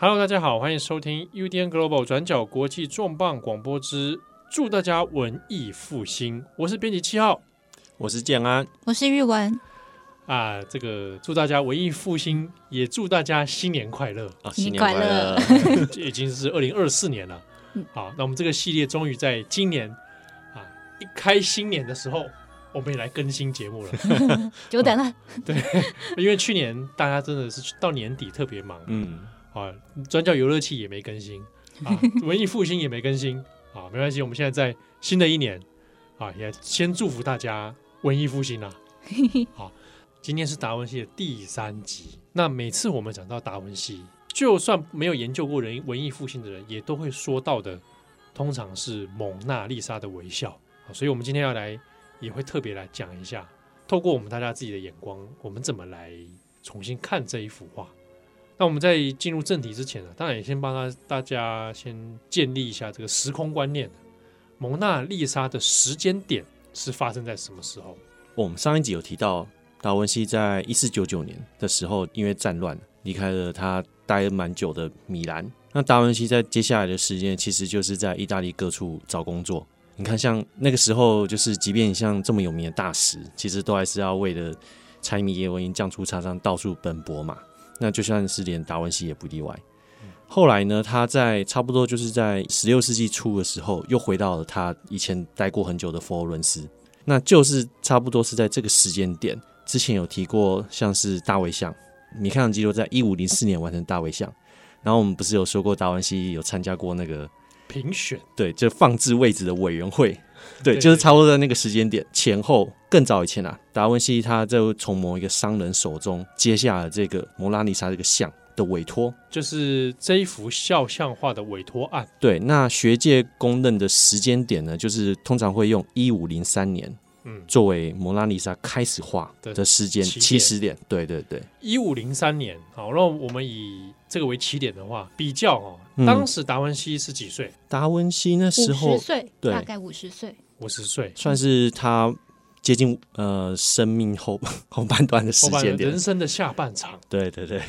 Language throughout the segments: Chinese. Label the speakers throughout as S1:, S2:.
S1: Hello，大家好，欢迎收听 UDN Global 转角国际重磅广播之祝大家文艺复兴，我是编辑七号
S2: 我是建安，
S3: 我是玉文，
S1: 啊，这个祝大家文艺复兴，也祝大家新年快乐，
S2: 啊，
S3: 新
S2: 新
S3: 年
S2: 年
S3: 快
S2: 快
S3: 乐
S2: 乐！
S1: 这已经是二零二四年了
S3: 嗯。
S1: 好，那我们这个系列终于在今年啊一开新年的时候，我们也来更新节目了，
S3: 久等
S2: 啊
S3: 了。
S1: 因为去年大家真的是到年底特别忙，
S2: 嗯，
S1: 啊，转角游乐器也没更新啊，文艺复兴也没更新啊，没关系，我们现在在新的一年啊，也先祝福大家文艺复兴啊。好，今天是达文西的第三集。那每次我们讲到达文西，就算没有研究过人文艺复兴的人，也都会说到的，通常是蒙娜丽莎的微笑啊。所以我们今天要来，也会特别来讲一下，透过我们大家自己的眼光，我们怎么来重新看这一幅画。那我们在进入正题之前呢、啊当然也先帮大大家先建立一下这个时空观念。啊蒙娜丽莎的时间点是发生在什么时候？
S2: 我们上一集有提到，达文西在一四九九年的时候，因为战乱离开了他待蛮久的米兰。那达文西在接下来的时间，其实就是在意大利各处找工作。你看，像那个时候，就是即便你像这么有名的大师，其实都还是要为了柴米油盐酱醋茶商到处奔波嘛。那就算是连达文西也不例外。后来呢，他在差不多就是在十六世纪初的时候，又回到了他以前待过很久的佛罗伦斯。那就是差不多是在这个时间点。之前有提过，像是大卫像，米开朗基罗在一五零四年完成大卫像，然后我们不是有说过达文西有参加过那个
S1: 评选
S2: 对，就放置位置的委员会，对，
S1: 对
S2: 就是差不多在那个时间点前后，更早以前啊，达文西他就从某一个商人手中接下了这个蒙娜丽莎这个像的委托，
S1: 就是这一幅肖像画的委托案，
S2: 对，那学界公认的时间点呢，就是通常会用一五零三年，
S1: 嗯
S2: 作为蒙娜丽莎开始画的时间
S1: 的起点
S2: 起始点。对对对，
S1: 一五零三年。好，那我们以这个为起点的话，比较哦，
S2: 嗯
S1: 当时达文西是几岁？
S2: 达文西那时
S3: 五
S2: 候
S3: 十岁，
S2: 对
S3: 大概五十 岁，
S1: 五十岁，
S2: 算是他接近呃生命后后半段的时
S1: 后半
S2: 间点
S1: 人。生的下半场。
S2: 对对对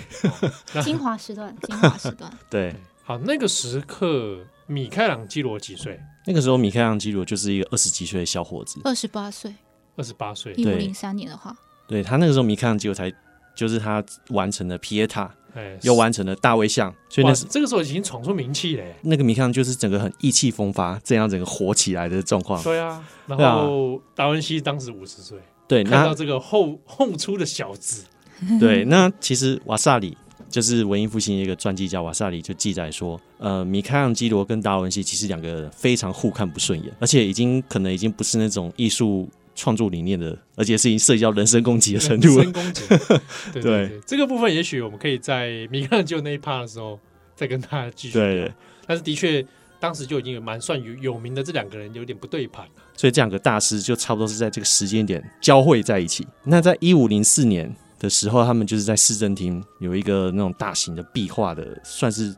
S1: 那
S3: 精华时段，精华时 段。
S2: 对，
S1: 好，那个时刻，米开朗基罗几岁？
S2: 那个时候米开朗基罗就是一个二十几岁的小伙子，
S3: 二十八岁，
S1: 二十八岁。
S3: 一五
S2: 对
S3: 零三年的话，
S2: 对他那个时候米开朗基罗才就是他完成了皮耶塔，
S1: 哎，
S2: 又完成了大卫像，所以那
S1: 哇
S2: 时
S1: 这个时候已经闯出名气嘞。
S2: 那个米开朗就是整个很意气风发，这样整个火起来的状况。
S1: 对啊，然
S2: 对啊
S1: 后达文西当时五十岁，
S2: 对，
S1: 看
S2: 那
S1: 到这个后后出的小 子，
S2: 对，那其实瓦萨里就是文艺复兴一个传记家瓦萨里就记载说，呃，米开朗基罗跟达文西其实两个非常互看不顺眼，而且已经可能已经不是那种艺术创作理念的，而且是已经涉及到人身攻击的程度了。
S1: 深 攻击。对啊对对，这个部分也许我们可以在米开朗基罗那一趴的时候再跟大家继续。
S2: 对，
S1: 但是的确，当时就已经有蛮算有有名的这两个人有点不对盘了。
S2: 所以这两个大师就差不多是在这个时间点交汇在一起。那在一五零四年的时候，他们就是在市政厅有一个那种大型的壁画的，算是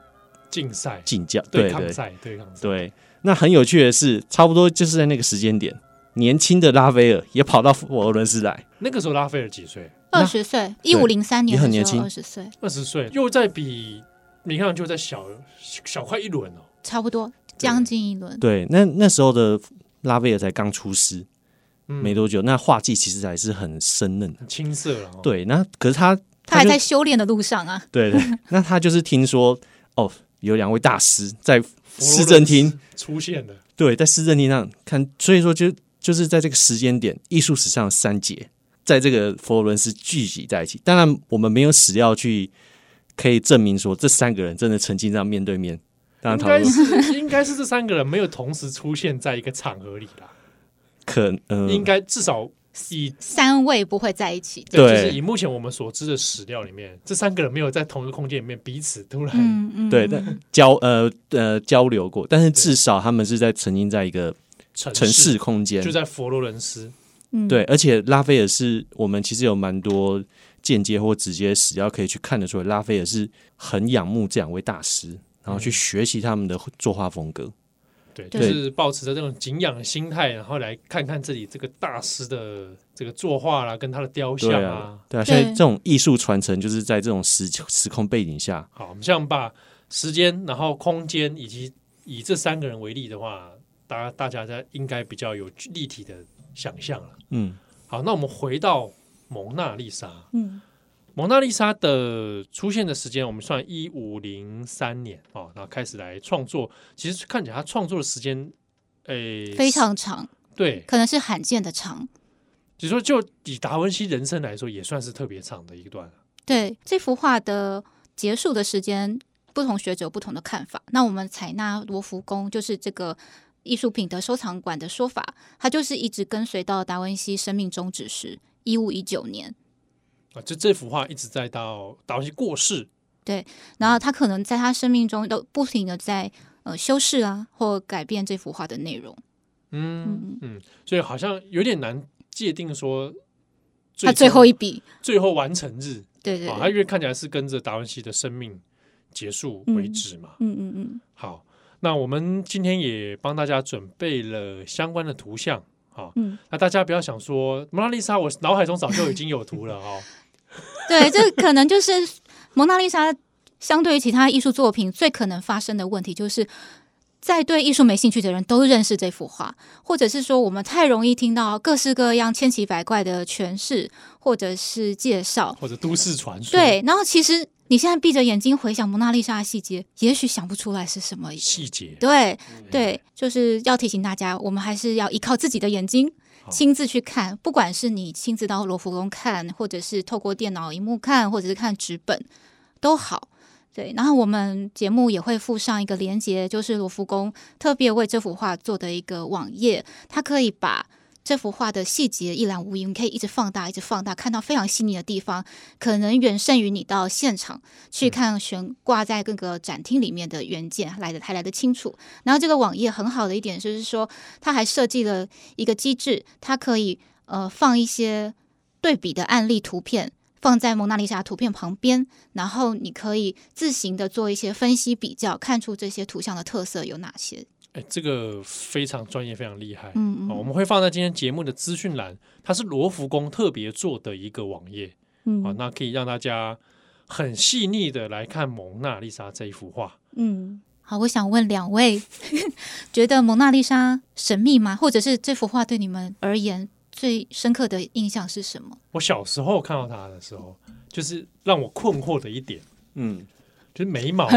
S1: 竞赛、
S2: 竞价，
S1: 对
S2: 对
S1: 抗赛、对抗赛，
S2: 对，那很有趣的是，差不多就是在那个时间点，年轻的拉斐尔也跑到佛罗伦斯来。
S1: 那个时候拉斐尔几岁？
S2: 那
S3: 二十岁，一五零三年
S2: 也很
S3: 的
S2: 年
S3: 时
S2: 轻
S3: 候，二十岁，
S1: 二十岁，又在比米开朗基罗在小小快一轮哦。
S3: 差不多将近一轮。
S2: 对，那那时候的拉斐尔才刚出师
S1: 嗯
S2: 没多久，那画技其实还是很生嫩的。
S1: 很青涩了、哦。，
S2: 对，那可是他
S3: 他还
S2: 就
S3: 在修炼的路上啊，
S2: 对对， 那他就是听说哦，有两位大师在市政厅，
S1: 出现的，
S2: 对，在市政厅上看，所以说就就是在这个时间点，艺术史上的三杰在这个佛罗伦斯聚集在一起。当然，我们没有史料去可以证明说这三个人真的曾经这样面对面。当然
S1: 应
S2: 讨论
S1: 该是应该是这三个人没有同时出现在一个场合里啦。
S2: 可嗯、
S1: 应该至少以
S3: 三位不会在一起。
S1: 对，就
S2: 对
S1: 是以目前我们所知的史料里面，这三个人没有在同一个空间里面彼此突然、
S3: 嗯嗯，
S2: 对，
S3: 嗯
S2: 但交呃呃交流过，但是至少他们是在曾经在一个
S1: 城
S2: 城市空间
S1: 就，在佛罗伦斯，
S3: 嗯
S2: 对，而且拉斐尔是我们其实有蛮多间接或直接史料可以去看得出来，拉斐尔是很仰慕这两位大师，然后
S1: 嗯
S2: 去学习他们的作画风格。
S1: 对，就
S3: 对
S1: 是保持着这种敬仰的心态，然后来看看这里这个大师的这个作画啦，跟他的雕像
S2: 对
S1: 啊。
S2: 啊，对啊，所以
S3: 对
S2: 这种艺术传承就是在这种时时空背景下，
S1: 好，我们现在把时间，然后空间，以及以这三个人为例的话，大家大家在应该比较有立体的想象啊了。
S2: 嗯，
S1: 好，那我们回到蒙娜丽莎，
S4: 嗯
S1: 蒙娜丽莎的出现的时间，我们算一五零三年哦，然后开始来创作。其实看起来他创作的时间，诶、
S3: 非常长，
S1: 对，
S3: 可能是罕见的长。
S1: 就说就以达文西人生来说，也算是特别长的一段了。
S3: 对这幅画的结束的时间，不同学者有不同的看法。那我们采纳罗浮宫，就是这个艺术品的收藏馆的说法，它就是一直跟随到达文西生命终止时，一五一九年。
S1: 啊，就这幅画一直在到达文西过世，
S3: 然后他可能在他生命中都不停的在呃修饰啊，或改变这幅画的内容。
S1: 嗯嗯，所以好像有点难界定说最
S3: 他最后一笔，
S1: 最后完成日
S3: 对对
S1: 啊，它
S3: 对，
S1: 因为看起来是跟着达文西的生命结束为止嘛。
S4: 嗯嗯嗯，
S1: 好，那我们今天也帮大家准备了相关的图像。好，
S4: 嗯
S1: 那大家不要想说蒙娜丽莎，我脑海中早就已经有图了哦。
S3: 对，这可能就是蒙娜丽莎相对于其他艺术作品最可能发生的问题，就是在对艺术没兴趣的人都认识这幅画，或者是说我们太容易听到各式各样千奇百怪的诠释或者是介绍。
S1: 或者都市传说，，
S3: 对，然后其实你现在闭着眼睛回想蒙娜丽莎的细节，也许想不出来是什么
S1: 细节
S3: 对对，就是要提醒大家，我们还是要依靠自己的眼睛
S1: 好
S3: 亲自去看，不管是你亲自到罗浮宫看，或者是透过电脑荧幕看，或者是看纸本都好。对，然后我们节目也会附上一个连接，就是罗浮宫特别为这幅画做的一个网页，它可以把这幅画的细节一览无遗，你可以一直放大，一直放大，看到非常细腻的地方，可能远胜于你到现场去看悬挂在各个展厅里面的原件来的还来的清楚。然后这个网页很好的一点就是说，它还设计了一个机制，它可以呃放一些对比的案例图片。放在蒙娜丽莎图片旁边，然后你可以自行的做一些分析比较，看出这些图像的特色有哪些。
S1: 哎，这个非常专业，非常厉害。
S3: 嗯
S1: 啊我
S3: 嗯，
S1: 们会放在今天节目的资讯栏，它是罗浮宫特别做的一个网页
S4: 嗯
S1: 啊，那可以让大家很细腻的来看蒙娜丽莎这一幅画。
S4: 嗯
S3: 好，我想问两位， 觉得蒙娜丽莎神秘吗？或者是这幅画对你们而言最深刻的印象是什么？
S1: 我小时候看到它的时候，就是让我困惑的一点，
S2: 嗯，
S1: 就是眉毛。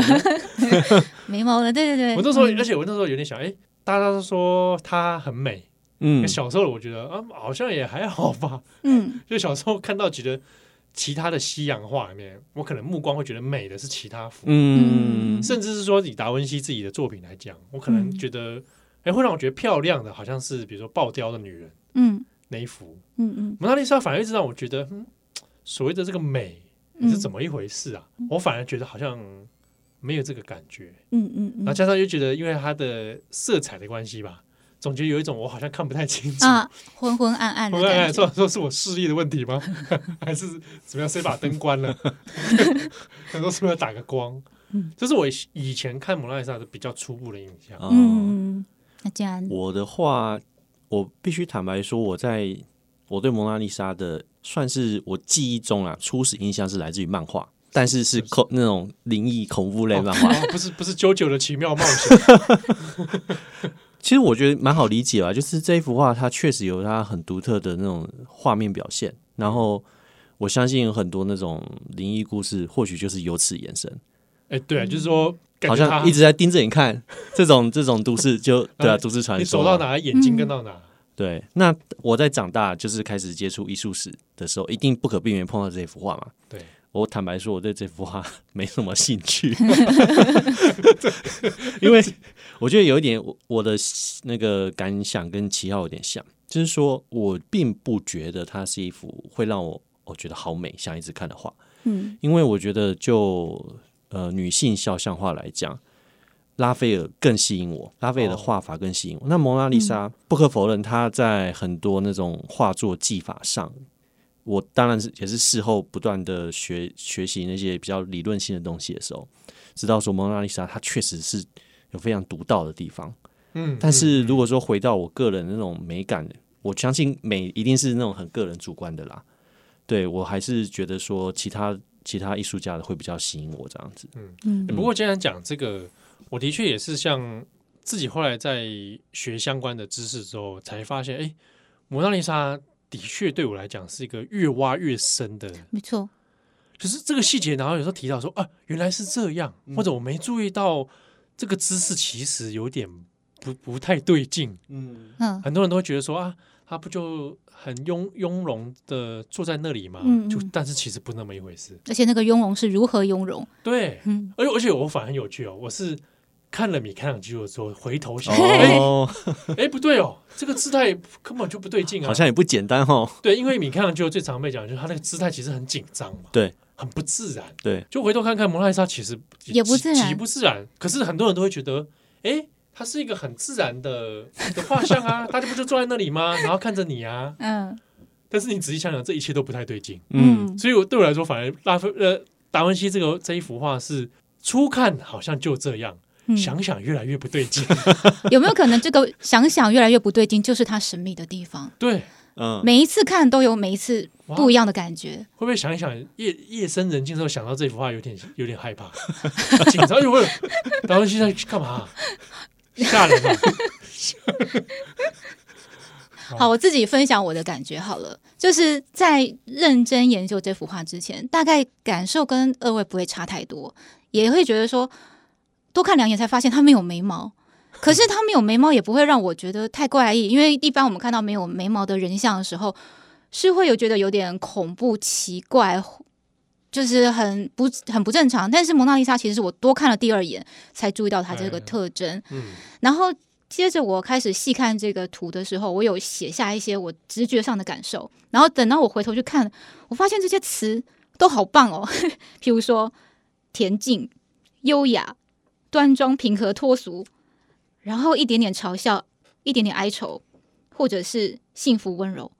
S3: 眉毛呢？对对对，
S1: 我那时候，
S3: 嗯
S1: 而且我那时候有点想，哎，大家都说它很美。
S2: 嗯，
S1: 小时候我觉得啊，好像也还好吧。
S3: 嗯
S1: 就小时候看到觉得其他的西洋画里面，我可能目光会觉得美的是其他幅
S2: 嗯，
S1: 甚至是说以达文西自己的作品来讲，我可能
S4: 嗯
S1: 觉得，哎、会让我觉得漂亮的，好像是比如说爆雕的女人
S3: 嗯
S1: 那一幅，
S4: 嗯嗯
S1: 蒙娜丽莎反而一直让我觉得，嗯，所谓的这个美
S3: 嗯，
S1: 是怎么一回事啊？我反而觉得好像没有这个感觉，
S4: 嗯嗯
S1: 然后加上又觉得因为它的色彩的关系吧，总觉得有一种我好像看不太清楚。
S3: 啊，昏昏暗暗的
S1: 我刚才
S3: 感
S1: 哎说
S3: 觉。
S1: 说是我视力的问题吗？ 还是怎么样？谁把灯关了？ 他说是不是要打个光
S4: 嗯？
S1: 这是我以前看蒙娜丽莎的比较初步的印象。
S2: 哦
S4: 嗯
S3: 那既然
S2: 我的话，我必须坦白说，我在我对蒙娜丽莎的算是我记忆中啊，初始印象是来自于漫画，但是是恐那种灵异恐怖类漫画。
S1: 哦不是不是《九九的奇妙冒险》
S2: 其实我觉得蛮好理解吧，啊就是这一幅画它确实有它很独特的那种画面表现，然后我相信有很多那种灵异故事或许就是由此延伸，
S1: 哎，对啊，就是说，感觉
S2: 嗯好
S1: 他
S2: 像一直在盯着你看， 这种这种都 市就对啊，都市传
S1: 你
S2: 说
S1: 走
S2: 啊、
S1: 到哪，眼睛跟到哪。
S2: 对，那我在长大就是开始接触艺术史的时候，一定不可避免碰到这幅画嘛。
S1: 对，
S2: 我坦白说，我对这幅画 没什么兴 趣，因为我觉得有一点我我的那个感想跟七号有点像，就是说我并不觉得它是一幅会让我我觉得好美想一直看的画，
S4: 嗯
S2: 因为我觉得就呃女性肖像画来讲，拉斐尔更吸引我，拉
S1: 哦
S2: 斐尔的画法更吸引我。那蒙娜丽
S1: 嗯
S2: 莎、不可否认，她在很多那种画作技法上，我当然是也是事后不断的学学习那些比较理论性的东西的时候，知道说蒙娜丽莎她确实是有非常独到的地方。
S1: 嗯，
S2: 但是如果说回到我个人的那种美感，我相信美一定是那种很个人主观的啦。对我还是觉得说，其他其他艺术家的会比较吸引我这样子。
S1: 欸
S3: 嗯
S1: 不过既然讲这个，我的确也是像自己后来在学相关的知识之后，才发现，哎、蒙娜丽莎的确对我来讲是一个越挖越深的，
S3: 没错，
S1: 就是这个细节，然后有时候提到说，啊，原来是这样，或者我没注意到这个姿势其实有点不不太对劲。
S2: 嗯
S3: 嗯
S1: 很多人都会觉得说啊，他不就很雍雍容的坐在那里吗？
S3: 嗯嗯
S1: 就但是其实不那么一回事。
S3: 而且那个雍容是如何雍容，
S1: 对，
S3: 嗯，
S1: 而且而且我反而很有趣哦，我是看了米开朗基罗之后回头想， 哎
S2: 哦，
S1: 哎不对哦，这个姿态根本就不对劲啊。
S2: 好像也不简单哦。
S1: 对，因为米开朗基罗最常被讲就是他那个姿态其实很紧张嘛，
S2: 对，
S1: 很不自然。
S2: 对，
S1: 就回头看看蒙娜丽莎，其实
S3: 也不自然
S1: 极不自然。可是很多人都会觉得，哎。他是一个很自然的的画像 啊，大家不就坐在那里吗？然后看着你啊。
S3: 嗯
S1: 但是你仔细想想，这一切都不太对劲。
S2: 嗯，
S1: 所以我对我来说，反而拉菲呃达文西这个这一幅画是初看好像就这样，
S3: 嗯
S1: 想想越来越不对 劲。
S3: 有没有可能这个想想越来越不对劲，就是它神秘的地方？
S1: 对，
S2: 嗯，
S3: 每一次看都有每一次
S1: 哇
S3: 不一样的感觉，
S1: 会不会想一想夜夜深人静之后想到这幅画，有点有点害怕， 紧张？因为达文西在干嘛？吓人 啊！好
S3: 好，我自己分享我的感觉好了，就是在认真研究这幅画之前，大概感受跟二位不会差太多，也会觉得说多看两眼才发现他没有眉毛。可是他没有眉毛也不会让我觉得太怪异，因为一般我们看到没有眉毛的人像的时候，是会有觉得有点恐怖、奇怪，就是很不很不正常。但是蒙娜丽莎其实是我多看了第二眼才注意到她这个
S1: 哎
S3: 特征，
S1: 嗯，
S3: 然后接着我开始细看这个图的时候，我有写下一些我直觉上的感受。然后等到我回头去看，我发现这些词都好棒哦， 譬如说恬静、优雅、端庄、平和、脱俗，然后一点点嘲笑，一点点哀愁，或者是幸福温柔，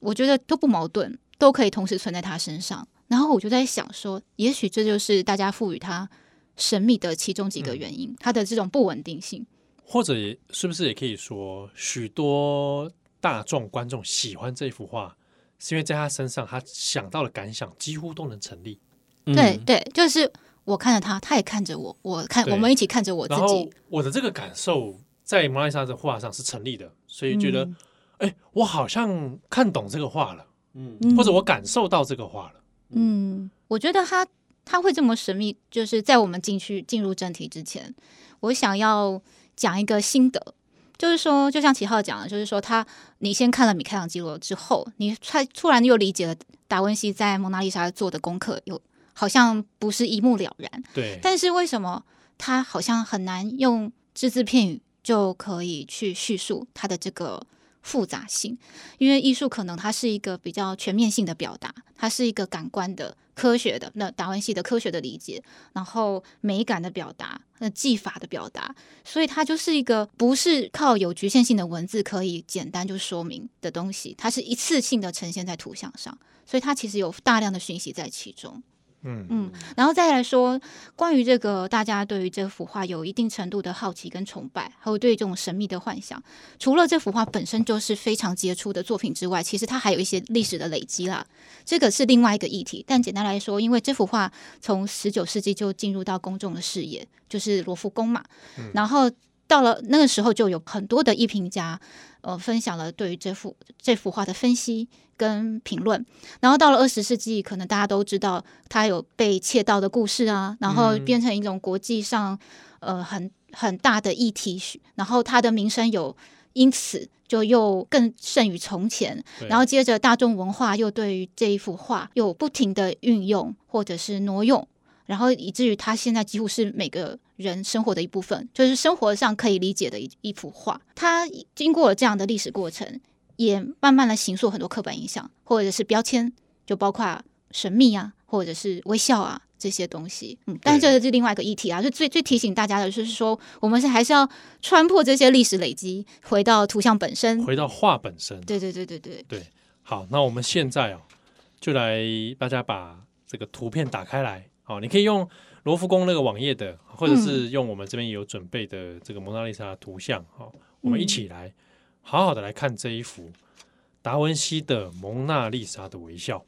S3: 我觉得都不矛盾，都可以同时存在他身上。然后我就在想说，也许这就是大家赋予他神秘的其中几个
S1: 嗯
S3: 原因，他的这种不稳定性。
S1: 或者也是不是也可以说，许多大众观众喜欢这幅画，是因为在他身上他想到的感想几乎都能成立。
S2: 嗯
S3: 对，对，就是我看着他，他也看着我，我看
S1: 对
S3: 我们一起看着我自
S1: 然后
S3: 己。
S1: 我的这个感受在蒙娜丽莎的画上是成立的，所以觉得，
S3: 嗯
S1: 哎、我好像看懂这个画了，
S2: 嗯
S3: 嗯
S1: 或者我感受到这个画了。
S3: 嗯，我觉得他他会这么神秘，就是在我们进去进入正题之前，我想要讲一个心得，就是说，就像齐浩讲的，就是说他你先看了米开朗基罗之后，你才突然又理解了达文西在蒙娜丽莎做的功课，有好像不是一目了然。
S1: 对，
S3: 但是为什么他好像很难用只字片语就可以去叙述他的这个复杂性？因为艺术可能它是一个比较全面性的表达，它是一个感官的、科学的，那达文西的科学的理解，然后美感的表达，那技法的表达，所以它就是一个不是靠有局限性的文字可以简单就说明的东西，它是一次性的呈现在图像上，所以它其实有大量的讯息在其中。
S1: 嗯，
S3: 嗯，然后再来说关于这个大家对于这幅画有一定程度的好奇跟崇拜，还有对这种神秘的幻想。除了这幅画本身就是非常杰出的作品之外，其实它还有一些历史的累积啦，这个是另外一个议题。但简单来说，因为这幅画从十九世纪就进入到公众的视野，就是罗浮宫嘛，然后。到了那个时候，就有很多的艺评家，呃，分享了对于这幅这幅画的分析跟评论。然后到了二十世纪，可能大家都知道它有被窃盗的故事啊，然后
S1: 嗯
S3: 变成一种国际上呃很很大的议题，然后它的名声有因此就又更胜于从前。
S1: 对
S3: 然后接着大众文化又对于这一幅画又不停的运用或者是挪用，然后以至于它现在几乎是每个人生活的一部分，就是生活上可以理解的一一幅画。它经过了这样的历史过程，也慢慢的形塑很多刻板印象或者是标签，就包括神秘啊，或者是微笑啊。这些东西，嗯，但是
S1: 对
S3: 这是另外一个议题啊，就最最提醒大家的就是说，我们是还是要穿破这些历史累积，回到图像本身。
S1: 回到画本身。
S3: 对对对对对，
S1: 好，那我们现在哦，就来大家把这个图片打开来。好，你可以用罗浮宫那个网页的，或者是
S3: 嗯
S1: 用我们这边有准备的这个蒙娜丽莎的图像。好，
S3: 嗯
S1: 我们一起来好好的来看这一幅达文西的《蒙娜丽莎的微笑》。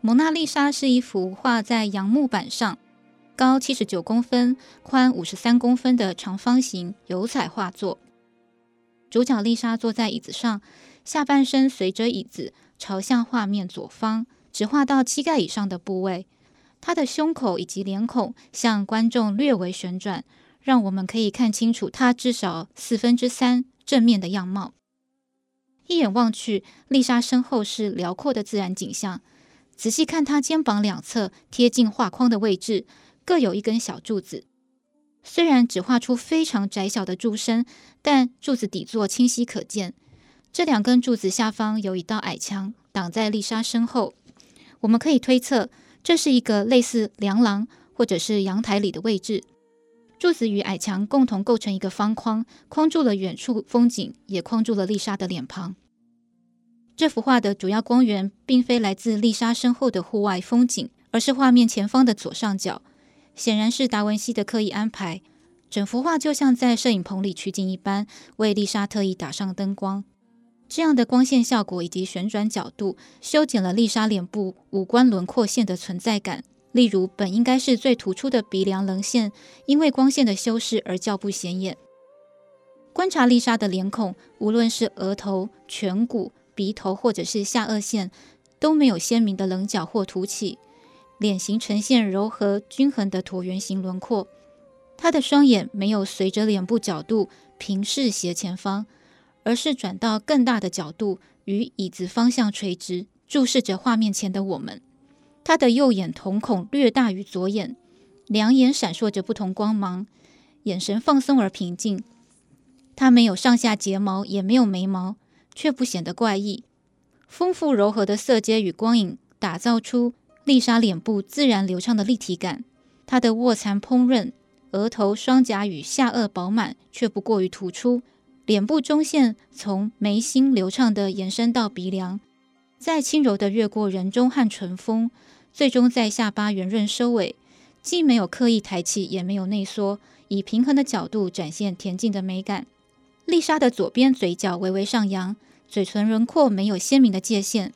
S3: 蒙娜丽莎是一幅画在杨木板上，高七十九公分、宽五十三公分的长方形油彩画作。主角丽莎坐在椅子上，下半身随着椅子朝向画面左方，直画到膝盖以上的部位。她的胸口以及脸孔向观众略微旋转，让我们可以看清楚她至少四分之三正面的样貌。一眼望去，丽莎身后是辽阔的自然景象。仔细看她肩膀两侧贴近画框的位置，各有一根小柱子。虽然只画出非常窄小的柱身，但柱子底座清晰可见。这两根柱子下方有一道矮墙挡在丽莎身后，我们可以推测这是一个类似梁廊或者是阳台里的位置。柱子与矮墙共同构成一个方框，框住了远处风景，也框住了丽莎的脸庞。这幅画的主要光源并非来自丽莎身后的户外风景，而是画面前方的左上角，显然是达文西的刻意安排。整幅画就像在摄影棚里取景一般，为丽莎特意打上灯光。这样的光线效果以及旋转角度，修剪了丽莎脸部五官轮廓线的存在感。例如，本应该是最突出的鼻梁棱线，因为光线的修饰而较不显眼。观察丽莎的脸孔，无论是额头、颧骨、鼻头或者是下颚线，都没有鲜明的棱角或凸起，脸型呈现柔和均衡的椭圆形轮廓。她的双眼没有随着脸部角度平视斜前方，而是转到更大的角度，与椅子方向垂直，注视着画面前的我们。他的右眼瞳孔略大于左眼，两眼闪烁着不同光芒，眼神放松而平静。他没有上下睫毛，也没有眉毛，却不显得怪异。丰富柔和的色阶与光影打造出丽莎脸部自然流畅的立体感。她的卧蚕烹饪，额头、双颊与下颚饱满，却不过于突出。脸部中线从眉心流畅地延伸到鼻梁，再轻柔地越过人中和唇峰，最终在下巴圆润收尾，既没有刻意抬起，也没有内缩，以平衡的角度展现恬静的美感。丽莎的左边嘴角微微上扬，嘴唇轮廓没有鲜明的界限。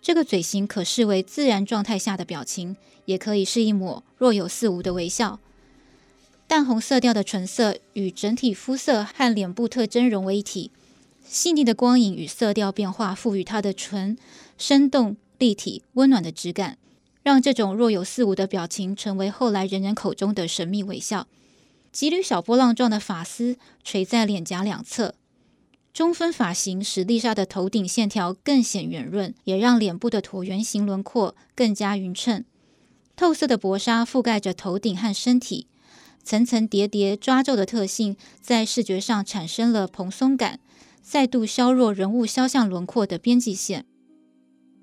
S3: 这个嘴型可视为自然状态下的表情，也可以是一抹若有似无的微笑。淡红色调的唇色与整体肤色和脸部特征融为一体，细腻的光影与色调变化赋予她的唇生动、立体、温暖的质感。让这种若有似无的表情成为后来人人口中的神秘微笑。几缕小波浪状的发丝垂在脸颊两侧，中分发型使丽莎的头顶线条更显圆润，也让脸部的椭圆形轮廓更加匀称。透色的薄纱覆盖着头顶和身体，层层叠叠抓皱的特性在视觉上产生了蓬松感，再度削弱人物肖像轮廓的边际线。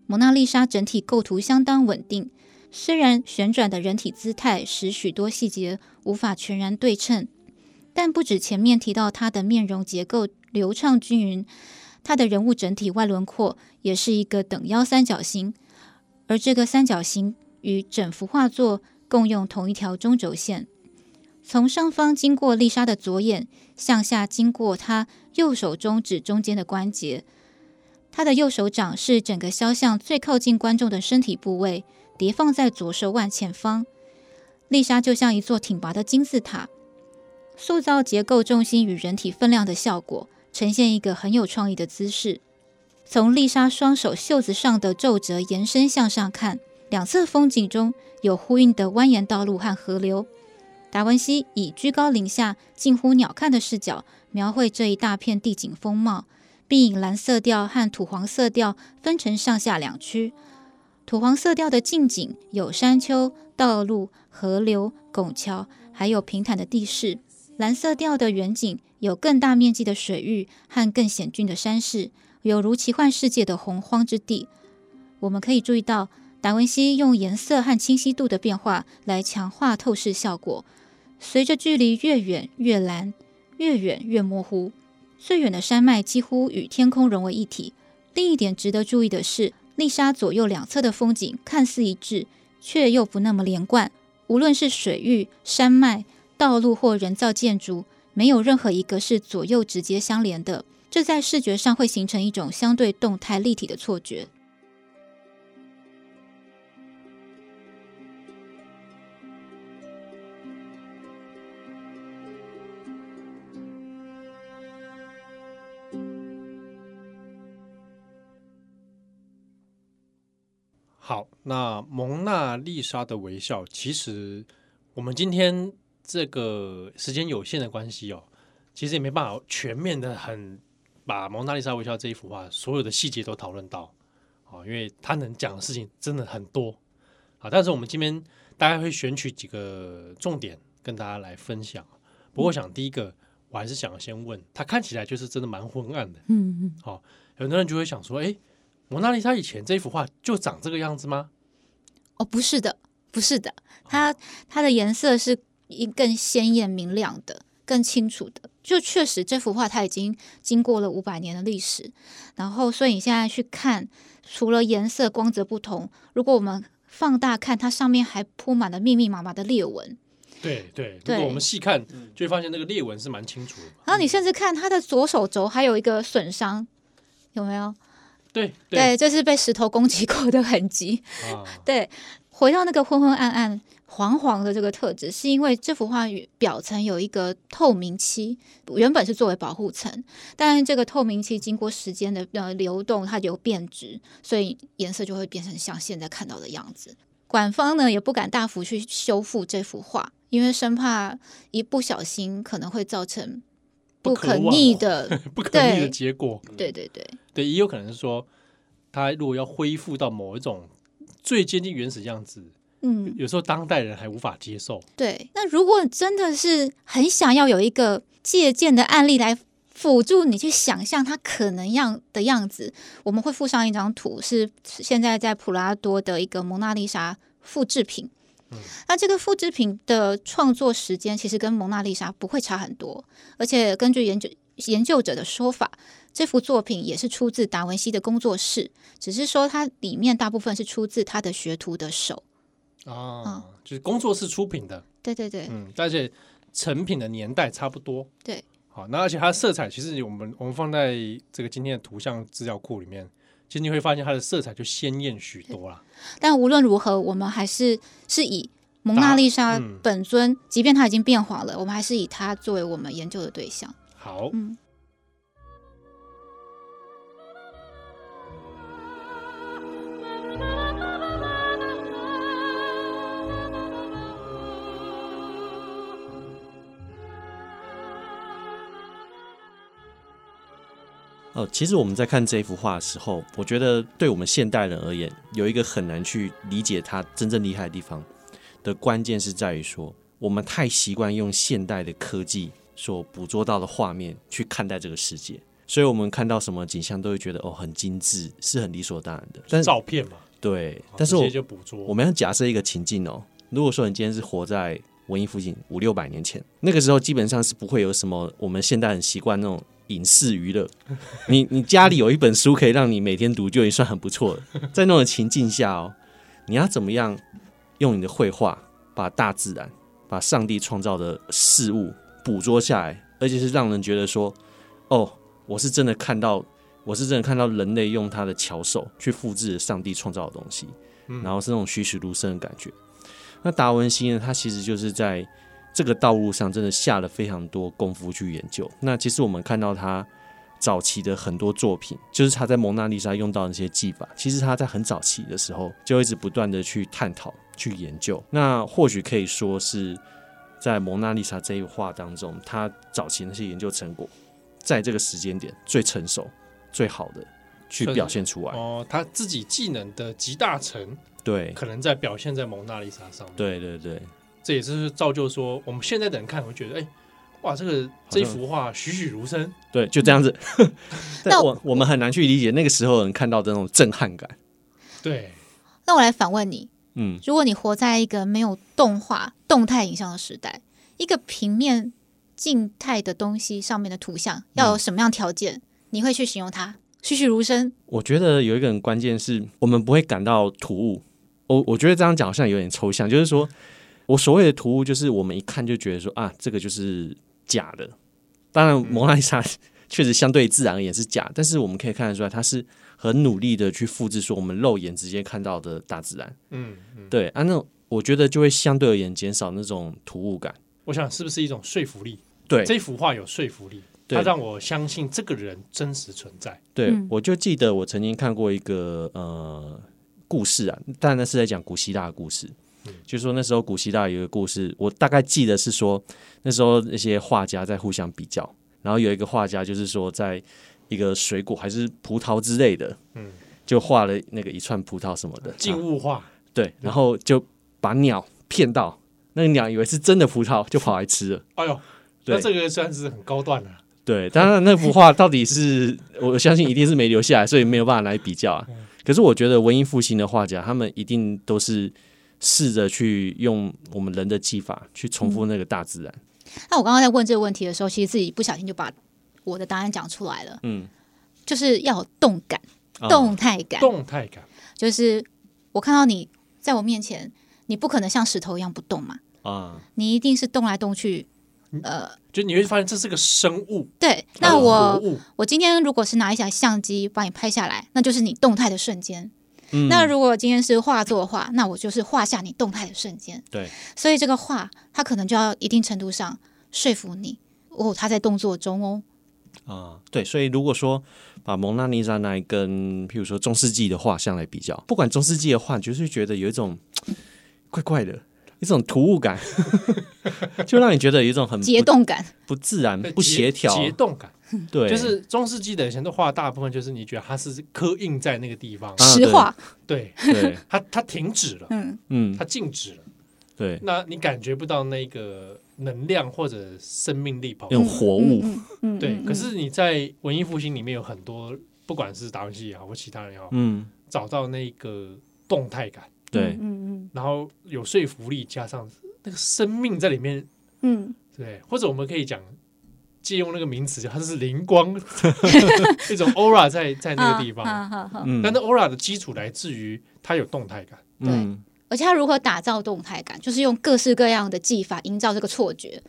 S3: 蒙娜丽莎整体构图相当稳定，虽然旋转的人体姿态使许多细节无法全然对称，但不止前面提到她的面容结构流畅均匀，她的人物整体外轮廓也是一个等腰三角形，而这个三角形与整幅画作共用同一条中轴线，从上方经过丽莎的左眼，向下经过她右手中指中间的关节，他的右手掌是整个肖像最靠近观众的身体部位，叠放在左手腕前方。丽莎就像一座挺拔的金字塔，塑造结构重心与人体分量的效果，呈现一个很有创意的姿势。从丽莎双手袖子上的皱褶延伸向上看，两侧风景中有呼应的蜿蜒道路和河流。达文西以居高临下、近乎鸟瞰的视角，描绘这一大片地景风貌。并以蓝色调和土黄色调分成上下两区。土黄色调的近景有山丘、道路、河流、拱桥，还有平坦的地势；蓝色调的远景有更大面积的水域和更险峻的山势，有如奇幻世界的洪荒之地。我们可以注意到，达文西用颜色和清晰度的变化来强化透视效果。随着距离越远越蓝，越远越模糊。最远的山脉几乎与天空融为一体。另一点值得注意的是，丽莎左右两侧的风景看似一致，却又不那么连贯。无论是水域、山脉、道路或人造建筑，没有任何一个是左右直接相连的。这在视觉上会形成一种相对动态立体的错觉。
S1: 好，那蒙娜丽莎的微笑，其实我们今天这个时间有限的关系哦，其实也没办法全面的很把蒙娜丽莎微笑这一幅画所有的细节都讨论到啊、哦，因为它能讲的事情真的很多啊。但是我们今天大概会选取几个重点跟大家来分享。不过，我想第一个，我还是想先问，它看起来就是真的蛮昏暗的。
S3: 嗯嗯，
S1: 很多人就会想说，哎，蒙娜丽莎以前这幅画就长这个样子吗？
S3: 哦，不是的，不是的，它它的颜色是一更鲜艳明亮的、更清楚的。就确实这幅画它已经经过了五百年的历史，然后所以你现在去看，除了颜色光泽不同，如果我们放大看，它上面还铺满了密密麻麻的裂纹。
S1: 对对，如
S3: 对
S1: 果我们细看，就会发现那个裂纹是蛮清楚的嘛。
S3: 然后你甚至看它的左手肘还有一个损伤，有没有？
S1: 对
S3: 对，这是被石头攻击过的痕迹。
S1: 啊，
S3: 对，回到那个昏昏暗暗、黄黄的这个特质，是因为这幅画表层有一个透明漆，原本是作为保护层，但这个透明漆经过时间的呃流动，它有变质，所以颜色就会变成像现在看到的样子。馆方呢也不敢大幅去修复这幅画，因为生怕一不小心可能会造成
S1: 不
S3: 不
S1: 可
S3: 可
S1: 挽
S3: 逆
S1: 回
S3: 的，
S1: 不可逆的
S3: 对
S1: 结果。
S3: 对对对，
S1: 对，也有可能是说，它如果要恢复到某一种最接近原始样子，
S3: 嗯。
S1: 有时候当代人还无法接受。
S3: 对，那如果真的是很想要有一个借鉴的案例来辅助你去想象它可能样的样子，我们会附上一张图，是现在在普拉多的一个蒙娜丽莎复制品。那这个复制品的创作时间其实跟蒙娜丽莎不会差很多，而且根据研究研究者的说法，这幅作品也是出自达文西的工作室，只是说它里面大部分是出自他的学徒的手。
S1: 啊，就是工作室出品的，
S3: 对对对，
S1: 嗯，而且成品的年代差不多。
S3: 对，
S1: 好，那而且它的色彩，其实我们我们放在这个今天的图像资料库里面，其实你会发现它的色彩就鲜艳许多啦。
S3: 但无论如何，我们还是是以蒙娜丽莎
S1: 嗯
S3: 本尊，即便它已经变黄了，我们还是以它作为我们研究的对象。
S1: 好，
S3: 嗯，
S2: 哦，其实我们在看这幅画的时候，我觉得对我们现代人而言，有一个很难去理解它真正厉害的地方的关键是在于说，我们太习惯用现代的科技所捕捉到的画面去看待这个世界，所以我们看到什么景象都会觉得哦很精致，是很理所当然的。但是
S1: 照啊片嘛，
S2: 对
S1: 好，
S2: 但是
S1: 直
S2: 我
S1: 接就捕捉
S2: 我们要假设一个情境哦，如果说你今天是活在文艺复兴五六百年前，那个时候基本上是不会有什么我们现代很习惯那种影视娱乐。你你家里有一本书可以让你每天读，就已经算很不错了。在那种情境下哦，你要怎么样用你的绘画把大自然、把上帝创造的事物捕捉下来，而且是让人觉得说，哦，我是真的看到。我是真的看到人类用他的巧手去复制上帝创造的东西，然后是那种栩栩如生的感觉。那达文西呢，他其实就是在这个道路上真的下了非常多功夫去研究。那其实我们看到他早期的很多作品，就是他在蒙娜丽莎用到的那些技法，其实他在很早期的时候就一直不断的去探讨、去研究。那或许可以说是在蒙娜丽莎这一画当中，他早期那些研究成果，在这个时间点最成熟、最好的去
S1: 算是
S2: 表现出来。
S1: 哦，他自己技能的集大成，
S2: 对，
S1: 可能在表现在蒙娜丽莎上面。
S2: 对对对。
S1: 这也是造就说，我们现在的人看会觉得，哎，哇，这个这幅
S2: 嗯
S1: 画栩栩如生，
S2: 对，就这 样子。但
S3: 那
S2: 我我们很难去理解那个时候人看到的那种震撼感。
S1: 对，
S3: 那我来反问你：
S2: 嗯，
S3: 如果你活在一个没有动画、动态影像的时代，一个平面静态的东西上面的图像要有什么样条件，你会去形容它栩栩如生？
S2: 我觉得有一个很关键是，我们不会感到突兀。我我觉得这样讲好像有点抽象，就是说我所谓的突兀，就是我们一看就觉得说啊，这个就是假的。
S1: 嗯
S2: 当然，蒙娜丽莎确实相对自然而言是假，但是我们可以看得出来，它是很努力的去复制说我们肉眼直接看到的大自然。
S1: 嗯嗯，
S2: 对啊，那种我觉得就会相对而言减少那种突兀感。
S1: 我想是不是一种说服力？
S2: 对，
S1: 这幅画有说服力，
S2: 对啊
S1: 它让我相信这个人真实存在。
S2: 对，
S3: 嗯
S2: 我就记得我曾经看过一个呃故事啊，但那是在讲古希腊的故事
S1: 嗯。
S2: 就是说那时候古希腊有一个故事，我大概记得是说那时候那些画家在互相比较，然后有一个画家就是说在一个水果还是葡萄之类的，嗯
S1: 嗯，
S2: 就画了那个一串葡萄什么的，
S1: 静物化，
S2: 对，然后就把鸟骗到，那个鸟以为是真的葡萄，就跑来吃了。
S1: 哎呦，
S2: 对
S1: 那这个算是很高段了。
S2: 对，当然那幅画到底是我相信一定是没留下来，所以没有办法来比较
S1: 嗯
S2: 啊。可是我觉得文艺复兴的画家，他们一定都是试着去用我们人的技法去重
S1: 嗯
S2: 复那个大自然。
S3: 那我刚刚在问这个问题的时候，其实自己不小心就把我的答案讲出来了，
S2: 嗯，
S3: 就是要有动感、
S2: 啊
S3: 动态感，
S1: 动态感，
S3: 就是我看到你在我面前，你不可能像石头一样不动嘛，
S2: 啊，
S3: 你一定是动来动去。
S1: 嗯
S3: 呃
S1: 就你会发现这是个生物，
S3: 对，那
S1: 它是
S3: 我
S1: 活物
S3: 我今天如果是拿一台相机把你拍下来，那就是你动态的瞬间。
S2: 嗯
S3: 那如果今天是画作的话，那我就是画下你动态的瞬间。
S2: 对，
S3: 所以这个画它可能就要一定程度上说服你哦，他在动作中哦，
S2: 啊，对，所以如果说把蒙娜丽莎拿来跟，譬如说中世纪的画像来比较，不管中世纪的画，你就是觉得有一种怪怪的，一种突兀感， 就让你觉得有一种很
S1: 嗯
S2: 不
S3: 节动
S1: 啊
S3: 感。
S2: 不自然、
S1: 对
S2: 嗯不
S1: 节
S2: 协调，
S1: 节动感，
S2: 对，
S1: 就是中世纪的以前的画，大部分就是你觉得它是刻印在那个地方，
S2: 啊
S3: 实
S2: 对
S3: 话，
S1: 对
S2: 对，
S1: 它它停止了，
S3: 嗯，
S2: 嗯，
S1: 它静止了，
S2: 对，
S1: 那你感觉不到那个能量或者生命力跑
S2: 那
S1: 出
S2: 种
S1: 来。
S2: 活物，
S3: 嗯，嗯嗯
S1: 对，
S3: 嗯
S1: 可是你在文艺复兴里面有很多，不管是达文西也好，或其他人也好，
S2: 嗯，
S1: 找到那个动态感，
S2: 对，
S3: 嗯
S1: 然后有说服力，加上那个生命在里面，
S3: 嗯嗯，
S1: 对，或者我们可以讲借用那个名词，它是灵 光，一种 aura 在在那个地方。
S3: 啊啊啊啊
S2: 嗯，
S1: 但是 aura 的基础来自于它有动态感，
S2: 嗯，
S3: 而且他如何打造动态感，就是用各式各样的技法营造这个错觉，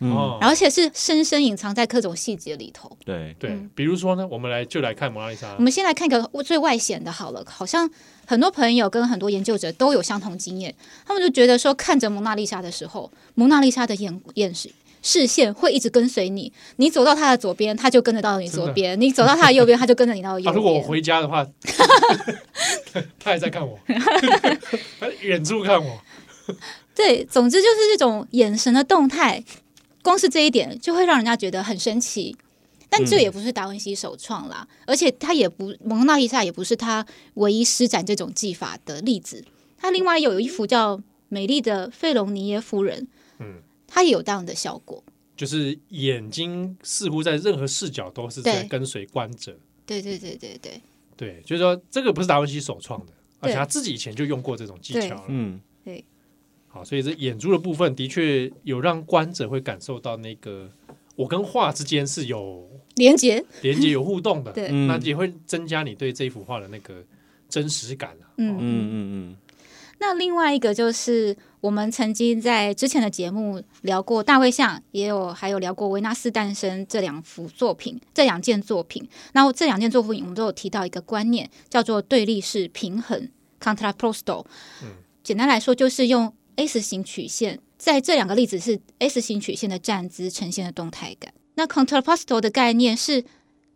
S2: 嗯，
S1: 哦，
S3: 而且是深深隐藏在各种细节里头。
S2: 对，
S1: 对
S3: 嗯，
S1: 比如说呢，我们来就来看蒙娜丽莎
S3: 我，们先来看一个最外显的好了，好像很多朋友跟很多研究者都有相同经验，他们就觉得说，看着蒙娜丽莎的时候，蒙娜丽莎的眼眼视视线会一直跟随你，你走到她的左边，她就跟得到你左边；你走到她的右边，她就跟着你到 右
S1: 啊，如果我
S3: 边。
S1: 回家的话， 他还在看我，他远处看我，
S3: 对，总之就是这种眼神的动态，光是这一点就会让人家觉得很神奇。但这也不是达文西首创啦，而且他也不蒙娜丽莎也不是他唯一施展这种技法的例子。他另外有一幅叫《美丽的费隆尼耶夫人》，
S1: 嗯，
S3: 他也有这样的效果。
S1: 就是眼睛似乎在任何视角都是在
S3: 对
S1: 跟随观者。
S3: 对对对对对，
S1: 对，就是说这个不是达文西首创的，而
S3: 对
S1: 且他自己以前就用过这种技巧了。
S2: 嗯，
S1: 好，所以这眼珠的部分的确有让观者会感受到那个我跟画之间是有
S3: 连接，
S1: 连接、有互动的，
S3: 对
S1: 那
S2: 嗯，
S1: 也会增加你对这幅画的那个真实感啊。
S3: 嗯
S1: 哦
S2: 嗯嗯
S3: 那另外一个就是我们曾经在之前的节目聊过大卫像，也有还有聊过维纳斯诞生这两幅作品，这两件作品。然后这两件作品我们都有提到一个观念，叫做对立式平衡 （contrapposto）。
S1: 嗯
S3: 简单来说，就是用 S 型曲线，在这两个例子是 S 型曲线的站姿呈现的动态感。那 contrapposto 的概念是。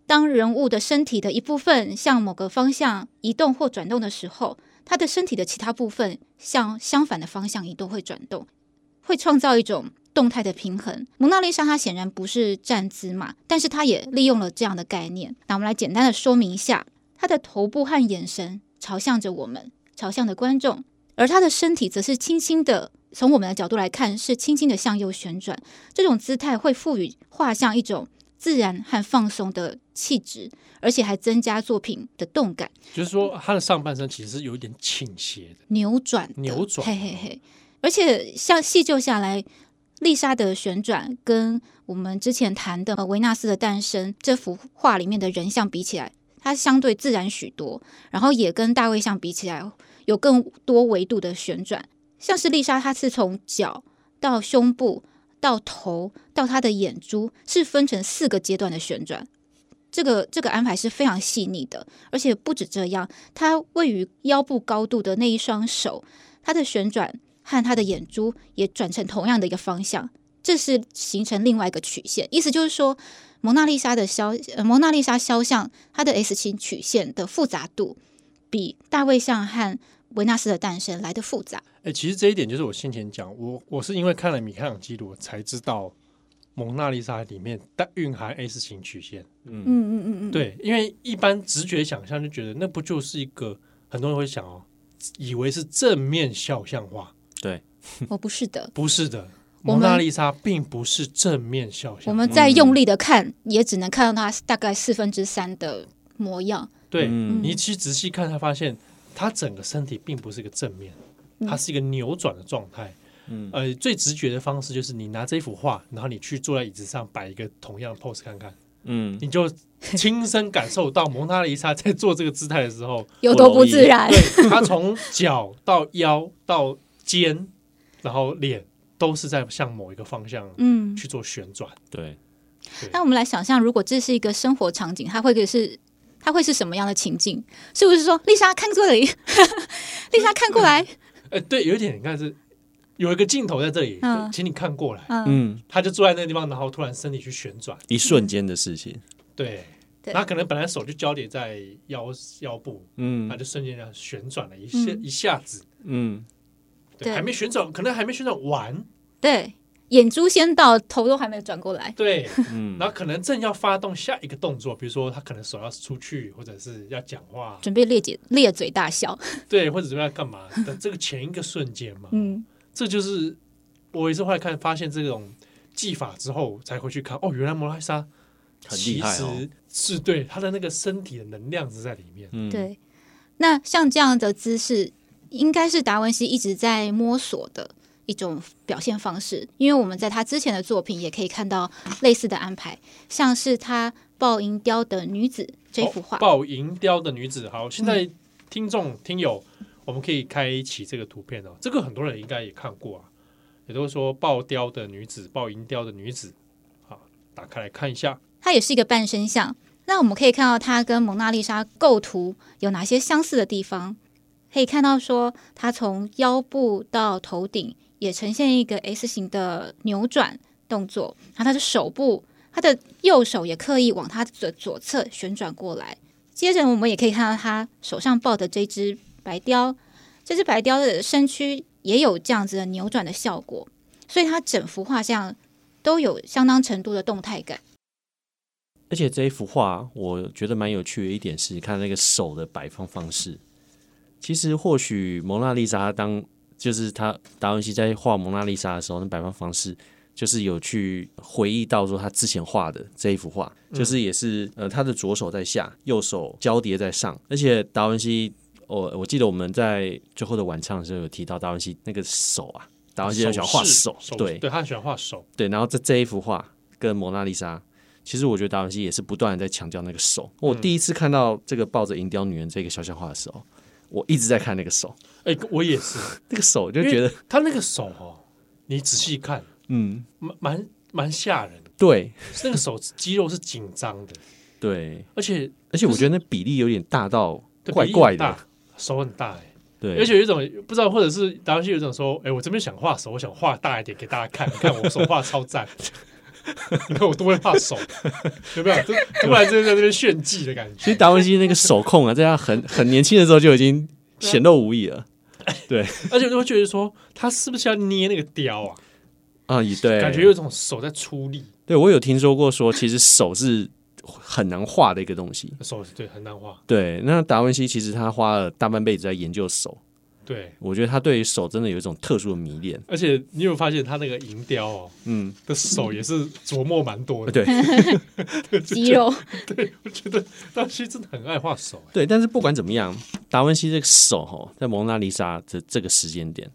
S3: 当人物的身体的一部分向某个方向移动或转动的时候，他的身体的其他部分向相反的方向移动会转动，会创造一种动态的平衡。蒙娜丽莎她显然不是站姿嘛，但是她也利用了这样的概念。那我们来简单的说明一下，她的头部和眼神朝向着我们，朝向着观众，而她的身体则是轻轻的。从我们的角度来看，是轻轻的向右旋转，这种姿态会赋予画像一种自然和放松的气质，而且还增加作品的动感。
S1: 就是说，他的上半身其实是有一点倾斜的，
S3: 扭转的，
S1: 扭转
S3: 嘿嘿嘿。而且像细究下来，丽莎的旋转跟我们之前谈的呃《维纳斯的诞生》这幅画里面的人像比起来，它相对自然许多，然后也跟大卫像比起来有更多维度的旋转。像是丽莎，她是从脚到胸部到头到她的眼珠，是分成四个阶段的旋转。这个这个安排是非常细腻的，而且不止这样，它位于腰部高度的那一双手，它的旋转和它的眼珠也转成同样的一个方向，这是形成另外一个曲线。意思就是说，蒙娜丽莎的肖呃蒙娜丽莎肖像，它的 S 型曲线的复杂度比大卫像和维纳斯的诞生来的复杂。
S1: 哎、其实这一点就是我先前讲，我我是因为看了米开朗基罗才知道《蒙娜丽莎》里面带蕴含 S 型曲线。
S2: 嗯，
S3: 嗯嗯嗯嗯，
S1: 对，因为一般直觉想象就觉得那不就是一个很多人会想哦，以为是正面肖像画，
S2: 对，
S3: 我哦不是的。
S1: 不是的，《
S3: 我
S1: 蒙
S3: 们
S1: 娜丽莎》并不是正面肖像画。
S3: 我们再用力的看，也只能看到它大概四分之三的模样。
S1: 对、
S2: 嗯
S1: 你去仔细看，才发现他整个身体并不是一个正面，
S3: 嗯
S1: 它是一个扭转的状态。
S2: 嗯
S1: 呃，最直觉的方式就是你拿这幅画，然后你去坐在椅子上摆一个同样的 pose 看看，
S2: 嗯，
S1: 你就亲身感受到蒙娜丽莎在做这个姿态的时候，
S3: 有多不自然？
S1: 对，她从脚到腰到肩，然后脸都是在向某一个方向
S3: 嗯，
S1: 去做旋转。
S2: 对，
S1: 对
S3: 那我们来想象，如果这是一个生活场景，它会是它会是什么样的情境？是不是说丽莎看这里， 丽莎看过来？
S1: 呃，对，有一点你看是有一个镜头在这里，
S3: 嗯
S1: 请你看过来，
S3: 嗯，
S2: 嗯，
S1: 他就坐在那个地方，然后突然身体去旋转，
S2: 一瞬间的事情，
S1: 对，
S3: 对
S1: 他可能本来手就交叠在腰腰部，他
S2: 嗯
S1: 就瞬间这样旋转了一下、
S3: 嗯
S1: 一下子，
S2: 嗯，
S1: 对，
S3: 对
S1: 还没旋转，可能还没旋转完，
S3: 对，眼珠先到，头都还没有转过来。
S1: 对，
S2: 嗯
S1: 然后可能正要发动下一个动作，比如说他可能手要出去，或者是要讲话，
S3: 准备裂解裂嘴大笑，
S1: 对，或者怎么样干嘛的，这个前一个瞬间嘛，
S3: 嗯，
S1: 这就是我也是后来看发现这种技法之后，才回去看哦，原来摩拉莎
S2: 很厉害哦
S1: 其实是对他的那个身体的能量是在里面。
S2: 嗯，
S3: 对。那像这样的姿势，应该是达文西一直在摸索的一种表现方式，因为我们在他之前的作品也可以看到类似的安排，像是他抱银雕的女子这幅画，嗯
S1: 哦抱银雕的女子。好，现在听众、听友，我们可以开启这个图片哦。这个很多人应该也看过啊，也都说抱雕的女子、抱银雕的女子。好，打开来看一下。
S3: 它也是一个半身像。那我们可以看到它跟蒙娜丽莎构图有哪些相似的地方？可以看到说，它从腰部到头顶也呈现一个 S 型的扭转动作，然后它的手部，它的右手也刻意往它的左侧旋转过来。接着我们也可以看到它手上抱的这只白雕，这只白雕的身躯也有这样子的扭转的效果，所以它整幅画像都有相当程度的动态感。
S2: 而且这一幅画，啊我觉得蛮有趣的一点是，看那个手的摆放方式。其实或许蒙娜丽莎当就是他达文西在画蒙娜丽莎的时候，那摆放方式就是有去回忆到说他之前画的这一幅画，就是也是呃他的左手在下，右手交叠在上，而且达文西。我、我记得我们在最后的晚唱的时候有提到达文西那个手啊，达文西很喜欢画手，
S1: 势
S2: 对
S1: 对，他很喜欢画手。
S2: 对，然后在这一幅画跟蒙娜丽莎，其实我觉得达文西也是不断的在强调那个手。我
S1: 嗯
S2: 第一次看到这个抱着银雕女人这个肖像画的时候，我一直在看那个手，
S1: 哎、我也是，
S2: 那个手 就觉得，
S1: 他那个手哦，你仔细看，
S2: 嗯，
S1: 蛮蛮蛮吓人的。
S2: 对
S1: 那个手肌肉是紧张的，
S2: 对，
S1: 而且
S2: 而且我觉得那比例有点大到怪怪
S1: 大
S2: 的，，
S1: 手很大哎、
S2: 对，
S1: 而且有一种不知道，或者是达文西有一种说，哎、我这边想画手，我想画大一点给大家看，看我手画超赞， 你看我多会画手，有 没有？就突然之间在这边炫技的感
S2: 其
S1: 觉
S2: 实。达文西那个手控啊，在他很很年轻的时候就已经显露无遗了
S1: 而且我就会觉得说，他是不是要捏那个雕啊？
S2: 啊，也对，
S1: 感觉有一种手在出力，
S2: 对我有听说过说，其实手是很难画的一个东西。
S1: 手对很难画，
S2: 对，那达文西其实他花了大半辈子在研究手，
S1: 对。
S2: 我觉得他对手真的有一种特殊的迷恋。
S1: 而且你有没有发现他那个银雕哦
S2: 嗯，
S1: 的手也是琢磨蛮多的，
S2: 呃对
S3: 肌肉，
S1: 我觉得达文西真的很爱画手、哎
S2: 对，但是不管怎么样，达文西这个手哈，在蒙娜丽莎的这个时间点，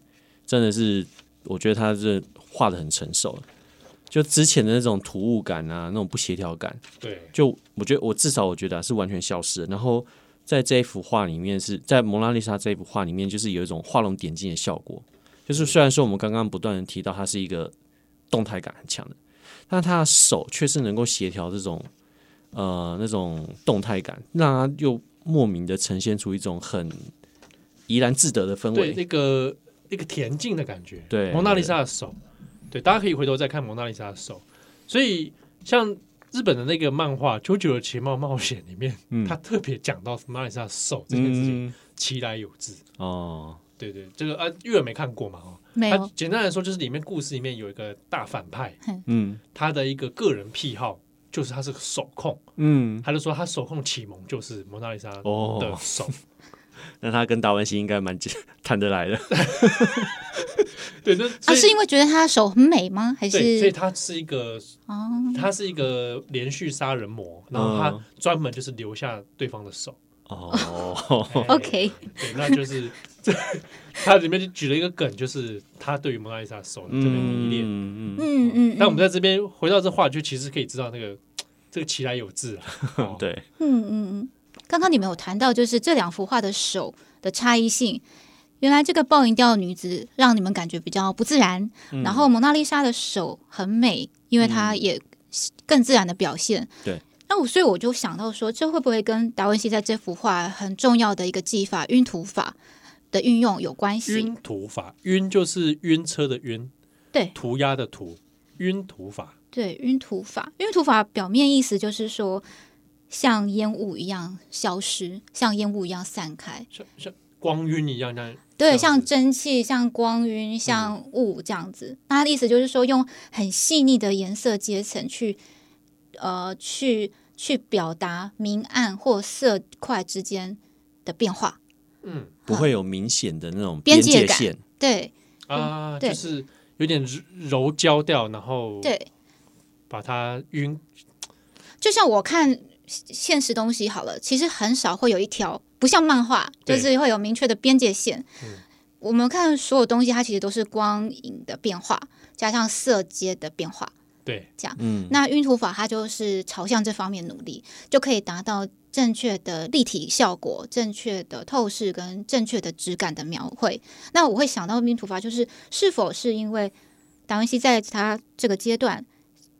S2: 真的是我觉得他是画的很成熟了。就之前的那种突兀感啊，那种不协调感，
S1: 对，
S2: 就我觉得我至少我觉得、啊、是完全消失了。然后在这一幅画里面是，在蒙娜丽莎这一幅画里面，就是有一种画龙点睛的效果。就是虽然说我们刚刚不断的提到它是一个动态感很强的，但他的手却是能够协调这种呃那种动态感，让他又莫名的呈现出一种很怡然自得的氛
S1: 对
S2: 围。
S1: 那个那个恬静的感觉。
S2: 对
S1: 蒙娜丽莎的手，对，大家可以回头再看蒙娜丽莎的手。所以像日本的那个漫画《九九的奇妙冒险》里面，
S2: 嗯
S1: 他特别讲到马里萨受这件事情，
S2: 嗯
S1: 其来有自。
S2: 哦，
S1: 对对，这个啊，玉儿没看过嘛？哦，
S3: 没
S1: 他
S3: 有，
S1: 简单来说，就是里面故事里面有一个大反派，
S2: 嗯
S1: 他的一个个人癖好就是他是个手控，
S2: 嗯，
S1: 他就说他手控启蒙就是蒙娜丽莎的
S2: 哦，
S1: 手，
S2: 那他跟达文西应该蛮谈得来的，
S1: 对，那
S3: 啊，
S1: 所以、
S3: 是因为觉得他的手很美吗？还
S1: 对，所以
S3: 是
S1: 他是一个
S3: 哦，
S1: 他是一个连续杀人魔，然后他
S2: 嗯
S1: 专门就是留下对方的手。
S2: 哦，
S1: 哎
S3: OK
S1: 对，那就是 他里面就举了一个梗，就是他对于蒙娜丽莎手的这个迷恋。
S2: 嗯嗯，
S3: 嗯嗯，
S1: 但我们在这边回到这话，就其实可以知道那个这个其来有 自啊。哦
S2: 对，
S3: 嗯嗯嗯，刚刚你们有谈到就是这两幅画的手的差异性。原来这个暴饮调女子让你们感觉比较不自然，
S2: 嗯
S3: 然后蒙娜丽莎的手很美，因为
S1: 嗯
S3: 她也更自然的表现。
S2: 对，
S3: 那我所以我就想到说，这会不会跟达文西在这幅画很重要的一个技法晕涂法的运用有关系？
S1: 晕涂法，晕就是晕车的晕，
S3: 对
S1: 涂鸦的涂，晕涂法。
S3: 对，晕涂法，晕涂法表面意思就是说像烟雾一样消失，像烟雾一样散开。
S1: 像像光晕一样那样，这
S3: 对，
S1: 样
S3: 像
S1: 子嗯
S3: 蒸汽、像光晕、像雾这样子。那它的意思就是说，用很细腻的颜色阶层去，呃，去去表达明暗或色块之间的变化。
S1: 嗯
S2: 不会有明显的那种
S3: 嗯边界
S2: 界
S3: 感
S2: 线，
S3: 对
S1: 啊，
S3: 对
S1: 就是有点柔柔焦掉，然后
S3: 对，
S1: 把它晕
S3: 就像我看现实东西好了，其实很少会有一条，不像漫画，就
S1: 对
S3: 是会有明确的边界线
S1: 嗯。
S3: 我们看所有东西，它其实都是光影的变化，加上色阶的变化。
S1: 对，
S2: 嗯，
S3: 那晕涂法它就是朝向这方面努力，就可以达到正确的立体效果、正确的透视跟正确的质感的描绘。那我会想到晕涂法，就是是否是因为达文西在他这个阶段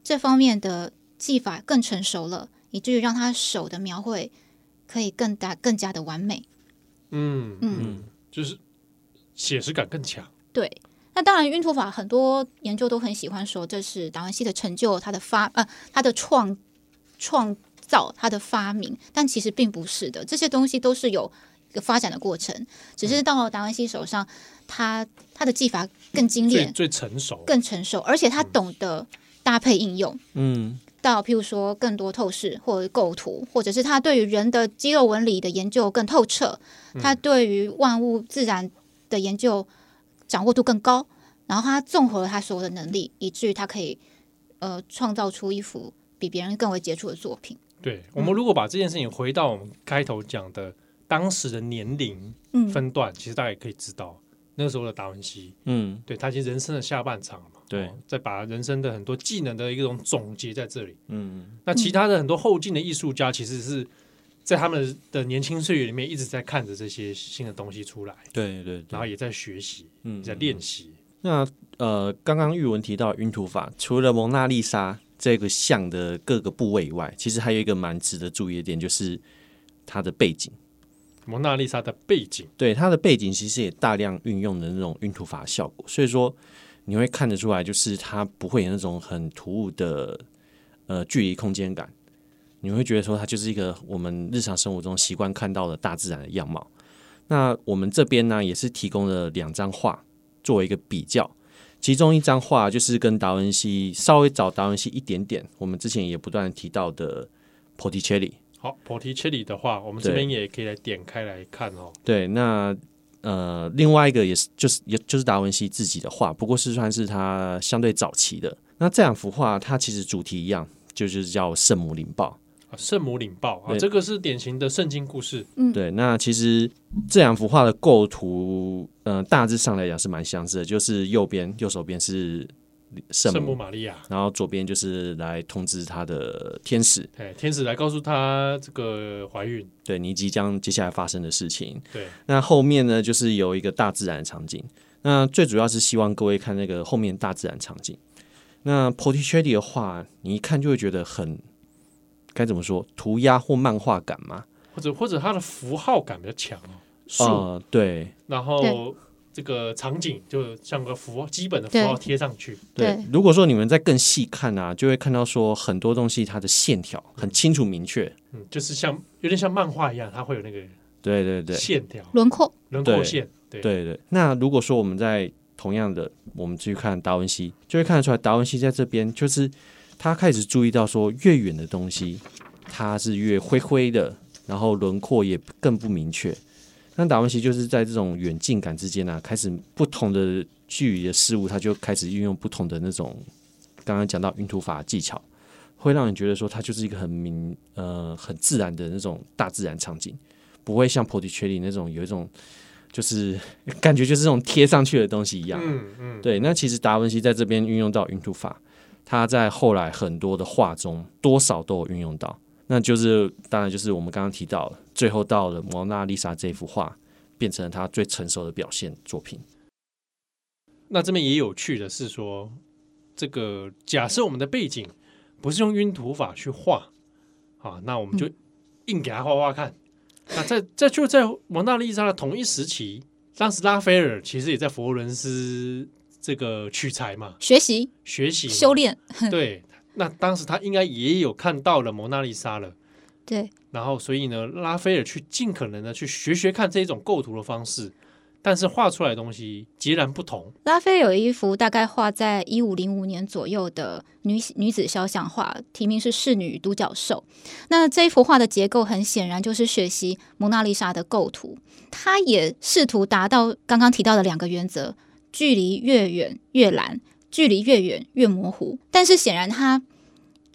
S3: 这方面的技法更成熟了，以至于让他手的描绘可以更大、更加的完美。
S1: 嗯
S3: 嗯
S1: 嗯，就是写实感更强。
S3: 对，那当然，晕涂法很多研究都很喜欢说这是达文西的成就，他的发呃他的创创造，他的发明，但其实并不是的，这些东西都是有一个发展的过程，只是到了达文西手上，他他的技法更精
S1: 最
S3: 炼、
S1: 最成熟，
S3: 更成熟，而且他懂得搭配应用。
S2: 嗯
S3: 到譬如说更多透视或者构图，或者是他对于人的肌肉纹理的研究更透彻，他对于万物自然的研究掌握度更高，然后他综合了他所有的能力，以至于他可以呃创造出一幅比别人更为杰出的作品。
S1: 对。我们如果把这件事情回到我们开头讲的当时的年龄
S3: 嗯，
S1: 分段，其实大家也可以知道，那时候的达文西，
S2: 嗯，
S1: 对他其实人生的下半场嘛，
S2: 对
S1: 哦，再把人生的很多技能的一种总结在这里。
S2: 嗯
S1: 那其他的很多后进的艺术家，其实是在他们的年轻岁月里面一直在看着这些新的东西出来，
S2: 对对对，
S1: 然后也在学习，
S2: 嗯
S1: 也在练习。
S2: 那呃，刚刚玉文提到晕涂法，除了蒙娜丽莎这个像的各个部位以外，其实还有一个蛮值得注意的点，就是它的背景。
S1: 蒙娜丽莎的背景，
S2: 对它的背景，其实也大量运用的那种晕涂法效果，所以说你会看得出来，就是它不会有那种很突兀的呃距离空间感，你会觉得说它就是一个我们日常生活中习惯看到的大自然的样貌。那我们这边呢，也是提供了两张画作为一个比较，其中一张画就是跟达文西稍微早达文西一点点，我们之前也不断提到的 Porticelli。
S1: 好，菩提切里的话，我们这边也可以来点开来看哦。
S2: 对，那呃，另外一个也是，就是也就是达文西自己的画，不过是算是他相对早期的。那这两幅画，它其实主题一样，就是叫圣母领报。
S1: 啊圣母领报啊，
S2: 对
S1: 这个是典型的圣经故事，
S2: 对，那其实这两幅画的构图，呃，大致上来讲是蛮相似的，就是右边右手边是圣
S1: 圣
S2: 母，
S1: 母玛利亚，
S2: 然后左边就是来通知他的天使，
S1: 哎，天使来告诉她这个怀孕，
S2: 对你即将接下来发生的事情。
S1: 对，
S2: 那后面呢，就是有一个大自然场景。那最主要是希望各位看那个后面大自然场景。那 Porticelli 的话，你一看就会觉得很该怎么说，涂鸦或漫画感嘛。
S1: 或者或者她的符号感比较强哦，树，
S2: 呃，对，
S1: 然
S3: 对
S1: 后这个场景，就像个符号基本的符号贴上去。
S2: 对
S3: 对，
S2: 如果说你们再更细看啊，就会看到说很多东西它的线条很清楚明确。
S1: 嗯，就是像有点像漫画一样，它会有那个
S2: 对对对
S1: 线条、
S3: 轮廓，
S1: 轮廓
S2: 对
S1: 线。对，
S2: 对对。那如果说我们在同样的，我们去看达文西，就会看得出来，达文西在这边就是他开始注意到说，越远的东西它是越灰灰的，然后轮廓也更不明确。那达文西就是在这种远近感之间呢、啊，开始不同的距离的事物，他就开始运用不同的那种刚刚讲到云图法技巧，会让你觉得说它就是一个很明呃很自然的那种大自然场景，不会像 p o t i c h e l i 那种有一种就是感觉就是这种贴上去的东西一样。
S1: 嗯嗯，
S2: 对，那其实达文西在这边运用到云图法，他在后来很多的画中多少都有运用到。那就是当然就是我们刚刚提到了，最后到了蒙娜丽莎这幅画，变成了他最成熟的表现作品。
S1: 那这边也有趣的是说，这个假设我们的背景不是用晕图法去画啊，那我们
S3: 嗯
S1: 就硬给他画画看。那在在就在蒙娜丽莎的同一时期，当时拉斐尔其实也在佛罗伦斯这个取材嘛，
S3: 学习
S1: 学习嘛
S3: 修炼，
S1: 对，那当时他应该也有看到了蒙娜丽莎了，
S3: 对
S1: 然后所以呢，拉斐尔去尽可能的去学学看这一种构图的方式，但是画出来的东西截然不同。
S3: 拉斐有一幅大概画在一五零五年左右的女女子肖像画，题名是《侍女与独角兽》。那这一幅画的结构很显然就是学习蒙娜丽莎的构图，它也试图达到刚刚提到的两个原则：距离越远越蓝，距离越远越模糊。但是显然它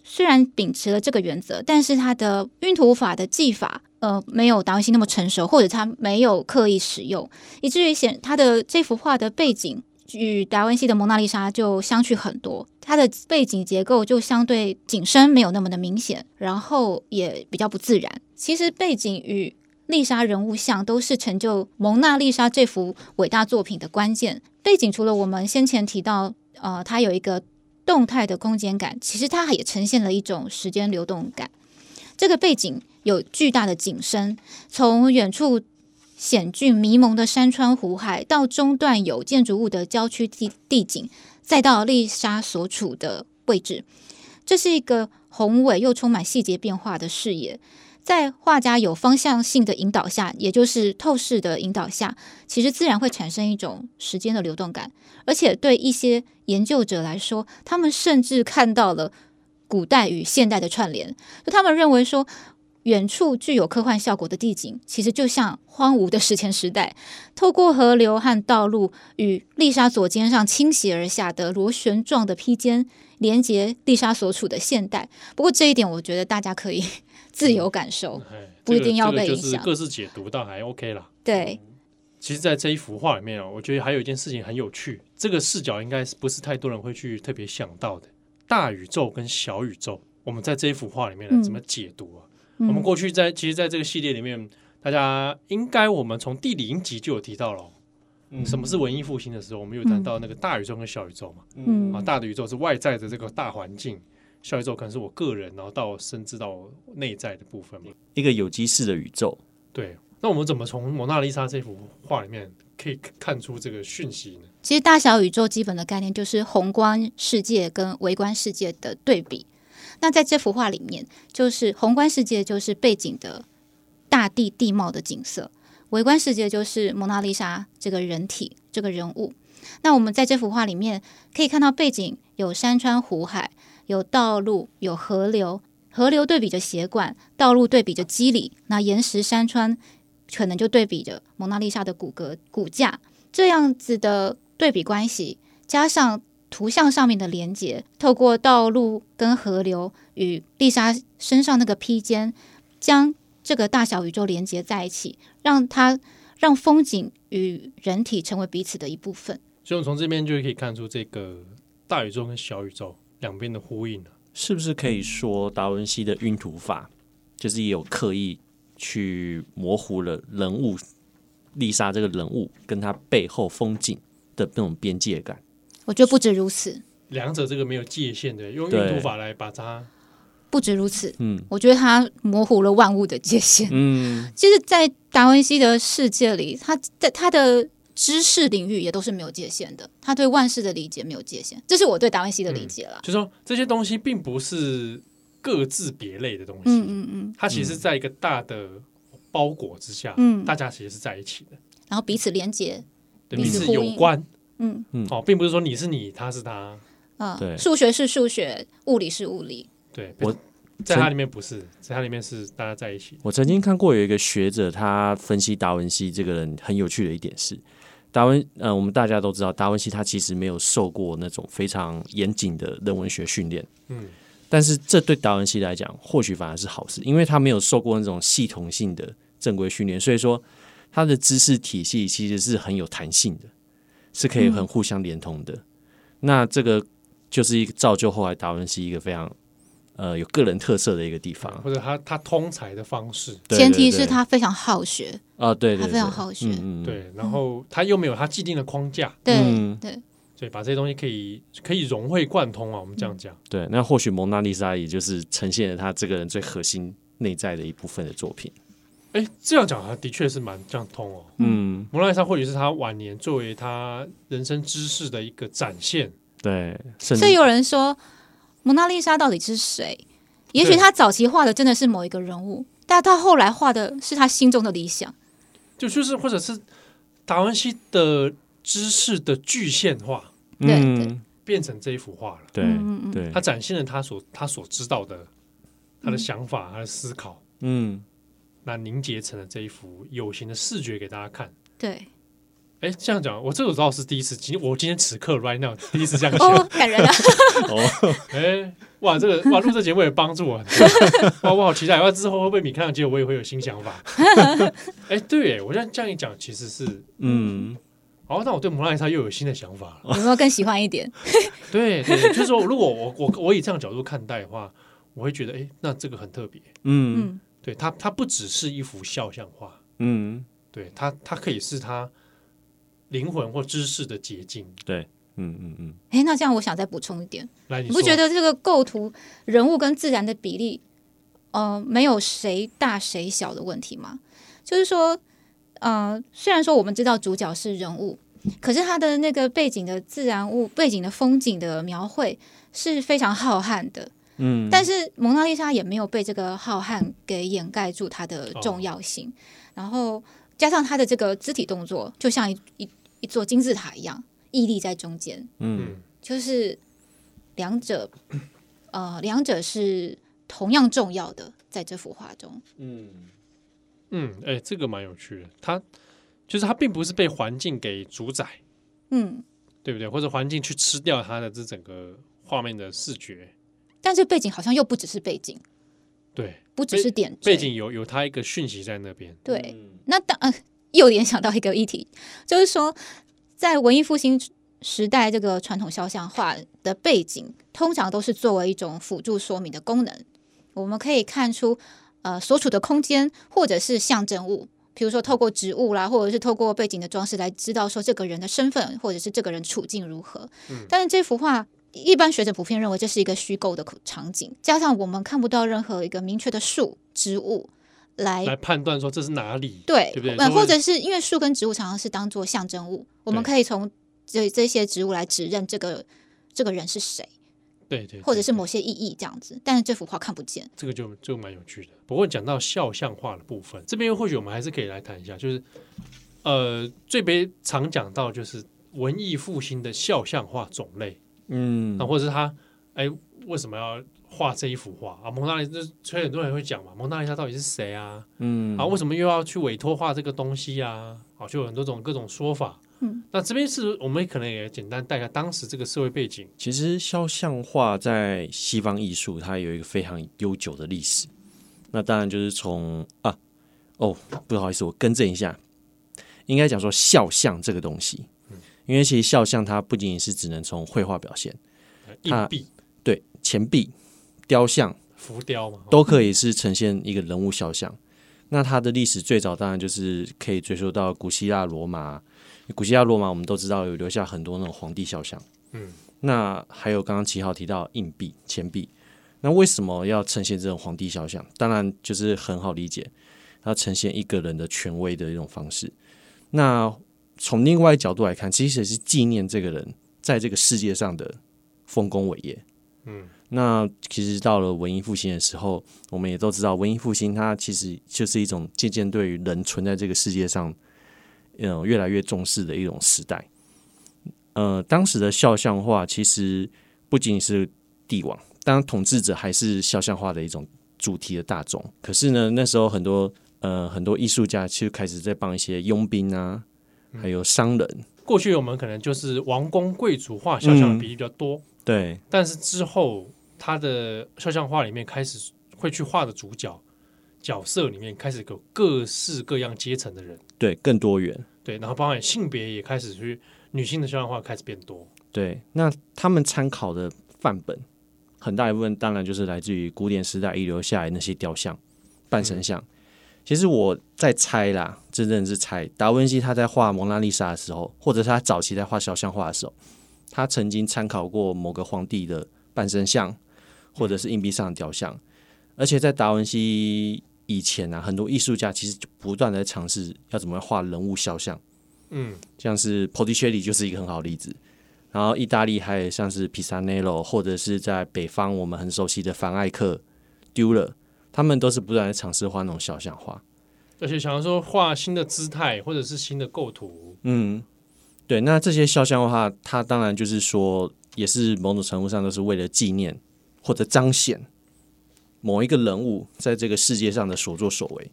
S3: 虽然秉持了这个原则，但是它的晕图法的技法，呃，没有达文西那么成熟，或者他没有刻意使用，以至于显他的这幅画的背景与达文西的《蒙娜丽莎》就相去很多，它的背景结构就相对景深没有那么的明显，然后也比较不自然。其实背景与丽莎人物像都是成就《蒙娜丽莎》这幅伟大作品的关键。背景除了我们先前提到，呃，它有一个动态的空间感，其实它也呈现了一种时间流动感。这个背景有巨大的景深，从远处险峻迷蒙的山川湖海，到中段有建筑物的郊区地地景，再到丽莎所处的位置，这是一个宏伟又充满细节变化的视野。在画家有方向性的引导下，也就是透视的引导下，其实自然会产生一种时间的流动感。而且对一些研究者来说，他们甚至看到了古代与现代的串联。就他们认为说，远处具有科幻效果的地景，其实就像荒芜的史前时代，透过河流和道路与丽莎左肩上倾斜而下的螺旋状的披肩，连接丽莎所处的现代。不过这一点，我觉得大家可以 自由感受。
S1: 哎
S3: 不
S1: 这
S3: 一
S1: 个
S3: 定要
S1: 这个
S3: 被
S1: 就
S3: 影
S1: 是
S3: 响
S1: 各自解读倒还 OK 啦。
S3: 对，
S1: 其实，在这一幅画里面啊，我觉得还有一件事情很有趣，这个视角应该是不是太多人会去特别想到的？大宇宙跟小宇宙，我们在这一幅画里面呢
S3: 嗯
S1: 怎么解读啊？
S3: 嗯
S1: 我们过去在其实，在这个系列里面，大家应该我们从地理影集就有提到了哦、什么是文艺复兴的时候，我们有谈到那个大宇宙跟小宇宙嘛。
S3: 嗯
S1: 啊，大的宇宙是外在的这个大环境，小宇宙可能是我个人，然后到甚至到内在的部分嘛。
S2: 一个有机式的宇宙。
S1: 对，那我们怎么从蒙娜丽莎这幅画里面可以看出这个讯息呢？
S3: 其实大小宇宙基本的概念就是宏观世界跟微观世界的对比。那在这幅画里面，就是宏观世界就是背景的大地地貌的景色，微观世界就是蒙娜丽莎这个人体这个人物。那我们在这幅画里面可以看到背景有山川湖海，有道路，有河流，河流对比着血管，道路对比着肌理，那岩石山川可能就对比着蒙娜丽莎的骨骼骨架。这样子的对比关系，加上图像上面的连接，透过道路跟河流与丽莎身上那个披肩，将这个大小宇宙连接在一起，让它让风景与人体成为彼此的一部分。
S1: 所以我们从这边就可以看出这个大宇宙跟小宇宙两边的呼应啊。
S2: 是不是可以说达文西的晕图法，就是也有刻意去模糊了人物丽莎这个人物跟她背后风景的那种边界感？
S3: 我觉得不止如此，
S1: 两者这个没有界限的，用
S2: 对
S1: 运图法来把它，
S3: 不止如此，
S2: 嗯
S3: 我觉得它模糊了万物的界限。
S2: 嗯，
S3: 其实，在达文西的世界里，他在他的知识领域也都是没有界限的，他对万事的理解没有界限，这是我对达文西的理解啦。
S1: 就说这些东西并不是各自别类的东西，
S3: 嗯嗯嗯，
S1: 它其实在一个大的包裹之下，
S3: 嗯
S1: 大家其实是在一起的，
S3: 然后彼此连接，
S1: 对
S3: 彼
S1: 彼
S3: 此
S1: 此
S3: 呼
S1: 有
S3: 应
S1: 关
S3: 嗯
S2: 嗯
S1: 哦，并不是说你是你，他是他，
S3: 啊、
S2: 对
S3: 数学是数学，物理是物理，
S1: 对，
S2: 我
S1: 在它里面不是，在它里面是大家在一起的，
S2: 我曾经看过有一个学者，他分析达文西这个人很有趣的一点是，达文呃，我们大家都知道，达文西他其实没有受过那种非常严谨的人文学训练，
S1: 嗯，
S2: 但是这对达文西来讲，或许反而是好事，因为他没有受过那种系统性的正规训练，所以说他的知识体系其实是很有弹性的，是可以
S3: 嗯
S2: 很互相连通的。那这个就是一个造就后来达文西一个非常呃有个人特色的一个地方。
S1: 或者他他通才的方式，
S2: 对
S3: 前
S2: 对
S3: 提
S2: 对
S3: 是他非常好学，
S2: 啊，对对，
S3: 他非常好
S2: 嗯
S3: 学
S2: 嗯、嗯，
S1: 对，然后他又没有他既定的框架，
S3: 对、
S2: 嗯
S3: 对，
S1: 所以把这些东西可以可以融会贯通啊，我们这样讲，
S2: 对。那或许蒙娜丽莎也就是呈现了他这个人最核心内在的一部分的作品。
S1: 哎，这样讲啊，的确是蛮这样通哦。
S2: 嗯，
S1: 蒙娜丽莎或许是他晚年作为他人生知识的一个展现，
S2: 对，甚
S3: 所以
S2: 至
S3: 有人说蒙娜丽莎到底是谁？也许
S1: 对
S3: 他早期画的真的是某一个人物，但他后来画的是他心中的理想。
S1: 就就是或者是达文西的知识的具现化，
S3: 对
S2: 嗯
S1: 变成这一幅画了。
S2: 对
S3: 嗯嗯嗯
S2: 对
S1: 他展现了他所他所知道的，他的想法，他的思考，
S2: 嗯
S1: 那凝结成了这一幅有形的视觉给大家看。
S3: 对，
S1: 哎，这样讲，我这我倒是第一次，今我今天此刻 right now 第一次这样
S3: 哦
S1: 想。，
S3: 感人啊！
S2: 哦，
S1: 哎，哇，这个哇录这节目也帮助我很多， 哇，我好期待，哇，之后会不会米开朗基罗我也会有新想 法？哎，对，我这样这样一讲，其实是。
S2: 嗯
S1: 哦，那我对蒙娜丽莎又有新的想法了。
S3: 有没有更喜欢一点？
S1: 对对，就是说，如果我我我以这样角度看待的话，我会觉得，哎，那这个很特别。
S2: 嗯
S3: 嗯，
S1: 对它，它不只是一幅肖像画，
S2: 嗯，
S1: 对它，它可以是它灵魂或知识的结晶。
S2: 对，嗯嗯嗯，
S3: 诶，那这样我想再补充一点，
S1: 来，你
S3: 你不
S1: 说？
S3: 觉得这个构图人物跟自然的比例，呃，没有谁大谁小的问题吗？就是说，呃，虽然说我们知道主角是人物，可是他的那个背景的自然物、背景的风景的描绘是非常浩瀚的。
S2: 嗯
S3: 但是蒙娜丽莎也没有被这个浩瀚给掩盖住它
S1: 哦
S3: 的重要性，然后加上她的这个肢体动作，就像一一一座金字塔一样，屹立在中间，
S2: 嗯
S1: 嗯，
S3: 就是两者，呃，两者是同样重要的，在这幅画中，
S2: 嗯
S1: 嗯，哎，这个蛮有趣的。它就是它并不是被环境给主宰，
S3: 嗯，
S1: 对不对？或者环境去吃掉它的这整个画面的视觉。
S3: 但这背景好像又不只是背景，
S1: 对，
S3: 不只是点缀
S1: 背景有有它一个讯息在那边。
S3: 对，那当呃，又联想到一个议题，就是说，在文艺复兴时代，这个传统肖像画的背景通常都是作为一种辅助说明的功能。我们可以看出，呃，所处的空间或者是象征物，比如说透过植物啦，或者是透过背景的装饰来知道说这个人的身份或者是这个人处境如何。但是这幅画。一般学者普遍认为这是一个虚构的场景，加上我们看不到任何一个明确的树、植物来
S1: 来判断说这是哪里，
S3: 对，
S1: 对不对
S3: 呃
S1: 都会
S3: 或者是因为树跟植物常常是当做象征物，我们
S1: 对
S3: 可以从这这些植物来指认这个这个人是谁，
S1: 对对，
S3: 或者
S1: 对
S3: 是某些意义这样子。但是这幅画看不见，
S1: 这个就就蛮有趣的。不过讲到肖像画的部分，这边或许我们还是可以来谈一下，就是呃，最别常讲到就是文艺复兴的肖像画种类，
S2: 嗯
S1: 那、，或者是他哎为什么要画这一幅画啊？蒙娜丽莎，所以很多人会讲嘛，蒙娜丽莎到底是谁啊？
S2: 嗯
S1: 啊，为什么又要去委托画这个东西啊？啊，就有很多种各种说法。
S3: 嗯，
S1: 那这边是我们可能也简单带一下当时这个社会背景。
S2: 其实肖像画在西方艺术，它有一个非常悠久的历史。那当然就是从啊，哦，不好意思，我更正一下，应该讲说肖像这个东西，因为其实肖像它不仅仅是只能从绘画表现，
S1: 呃
S2: 它
S1: 硬币、
S2: 对钱币、雕像
S1: 浮雕嘛，哦
S2: 都可以是呈现一个人物肖像。那它的历史最早当然就是可以追溯到古希腊罗马，古希腊罗马我们都知道有留下很多那种皇帝肖像。
S1: 嗯，
S2: 那还有刚刚七号提到硬币、钱币，那为什么要呈现这种皇帝肖像？当然就是很好理解，它呈现一个人的权威的一种方式。那从另外一角度来看，其实也是纪念这个人在这个世界上的丰功伟业。
S1: 嗯，
S2: 那其实到了文艺复兴的时候，我们也都知道，文艺复兴它其实就是一种渐渐对于人存在这个世界上，嗯，越来越重视的一种时代。呃，当时的肖像画其实不仅是帝王，当然统治者还是肖像画的一种主题的大众。可是呢，那时候很多呃很多艺术家就开始在帮一些佣兵啊，还有商人，
S1: 过去我们可能就是王公贵族画肖
S2: 嗯
S1: 像的比例比较多，
S2: 对
S1: 但是之后他的肖像画里面开始会去画的主角角色里面开始有各式各样阶层的人，
S2: 对，更多元。
S1: 对，然后包含性别也开始去女性的肖像画开始变多，
S2: 对，那他们参考的范本很大一部分当然就是来自于古典时代遗留下来那些雕像、半神像。其实我在猜啦，这真的是猜。达文西他在画蒙娜丽莎的时候，或者是他早期在画肖像画的时候，他曾经参考过某个皇帝的半身像，或者是硬币上的雕像。而且在达文西以前啊，很多艺术家其实就不断地在尝试要怎么画人物肖像。
S1: 嗯，
S2: 像是 Porticelli 就是一个很好的例子。然后意大利还有像是 Pisanello，或者是在北方我们很熟悉的凡艾克、Durer，他们都是不断地尝试画那种肖像画。
S1: 而且想要说画新的姿态或者是新的构图，
S2: 嗯，对，那这些肖像画，它当然就是说，也是某种程度上都是为了纪念或者彰显某一个人物在这个世界上的所作所为。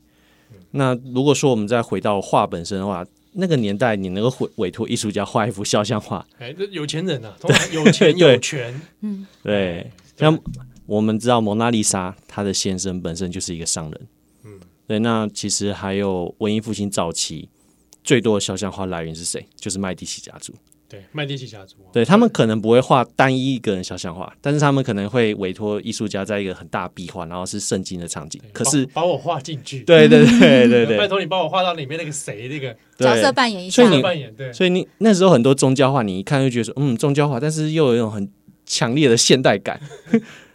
S2: 那如果说我们再回到画本身的话，那个年代你能够委委托艺术家画一幅肖像画，
S1: 哎，这有钱人啊，通常有钱
S2: 对
S1: 有权，
S2: 对，
S1: 对吧
S2: 像我们知道蒙娜丽莎，她的先生本身就是一个商人。嗯，对。那其实还有文艺复兴早期最多的肖像画来源是谁？就是麦迪奇家族。
S1: 对，麦迪奇家族啊，
S2: 对他们可能不会画单一一个人肖像画，但是他们可能会委托艺术家在一个很大的壁画，然后是圣经的场景。可是，
S1: 把把我画进去，
S2: 对对对对
S1: 拜
S2: 对
S1: 托你把我画到里面那个谁那个
S3: 角色
S2: 对。
S3: 扮演一下
S2: 所以，你
S1: 扮演，对，
S2: 所以你那时候很多宗教画，你一看就觉得说，嗯，宗教画，但是又有一种很强烈的现代 感，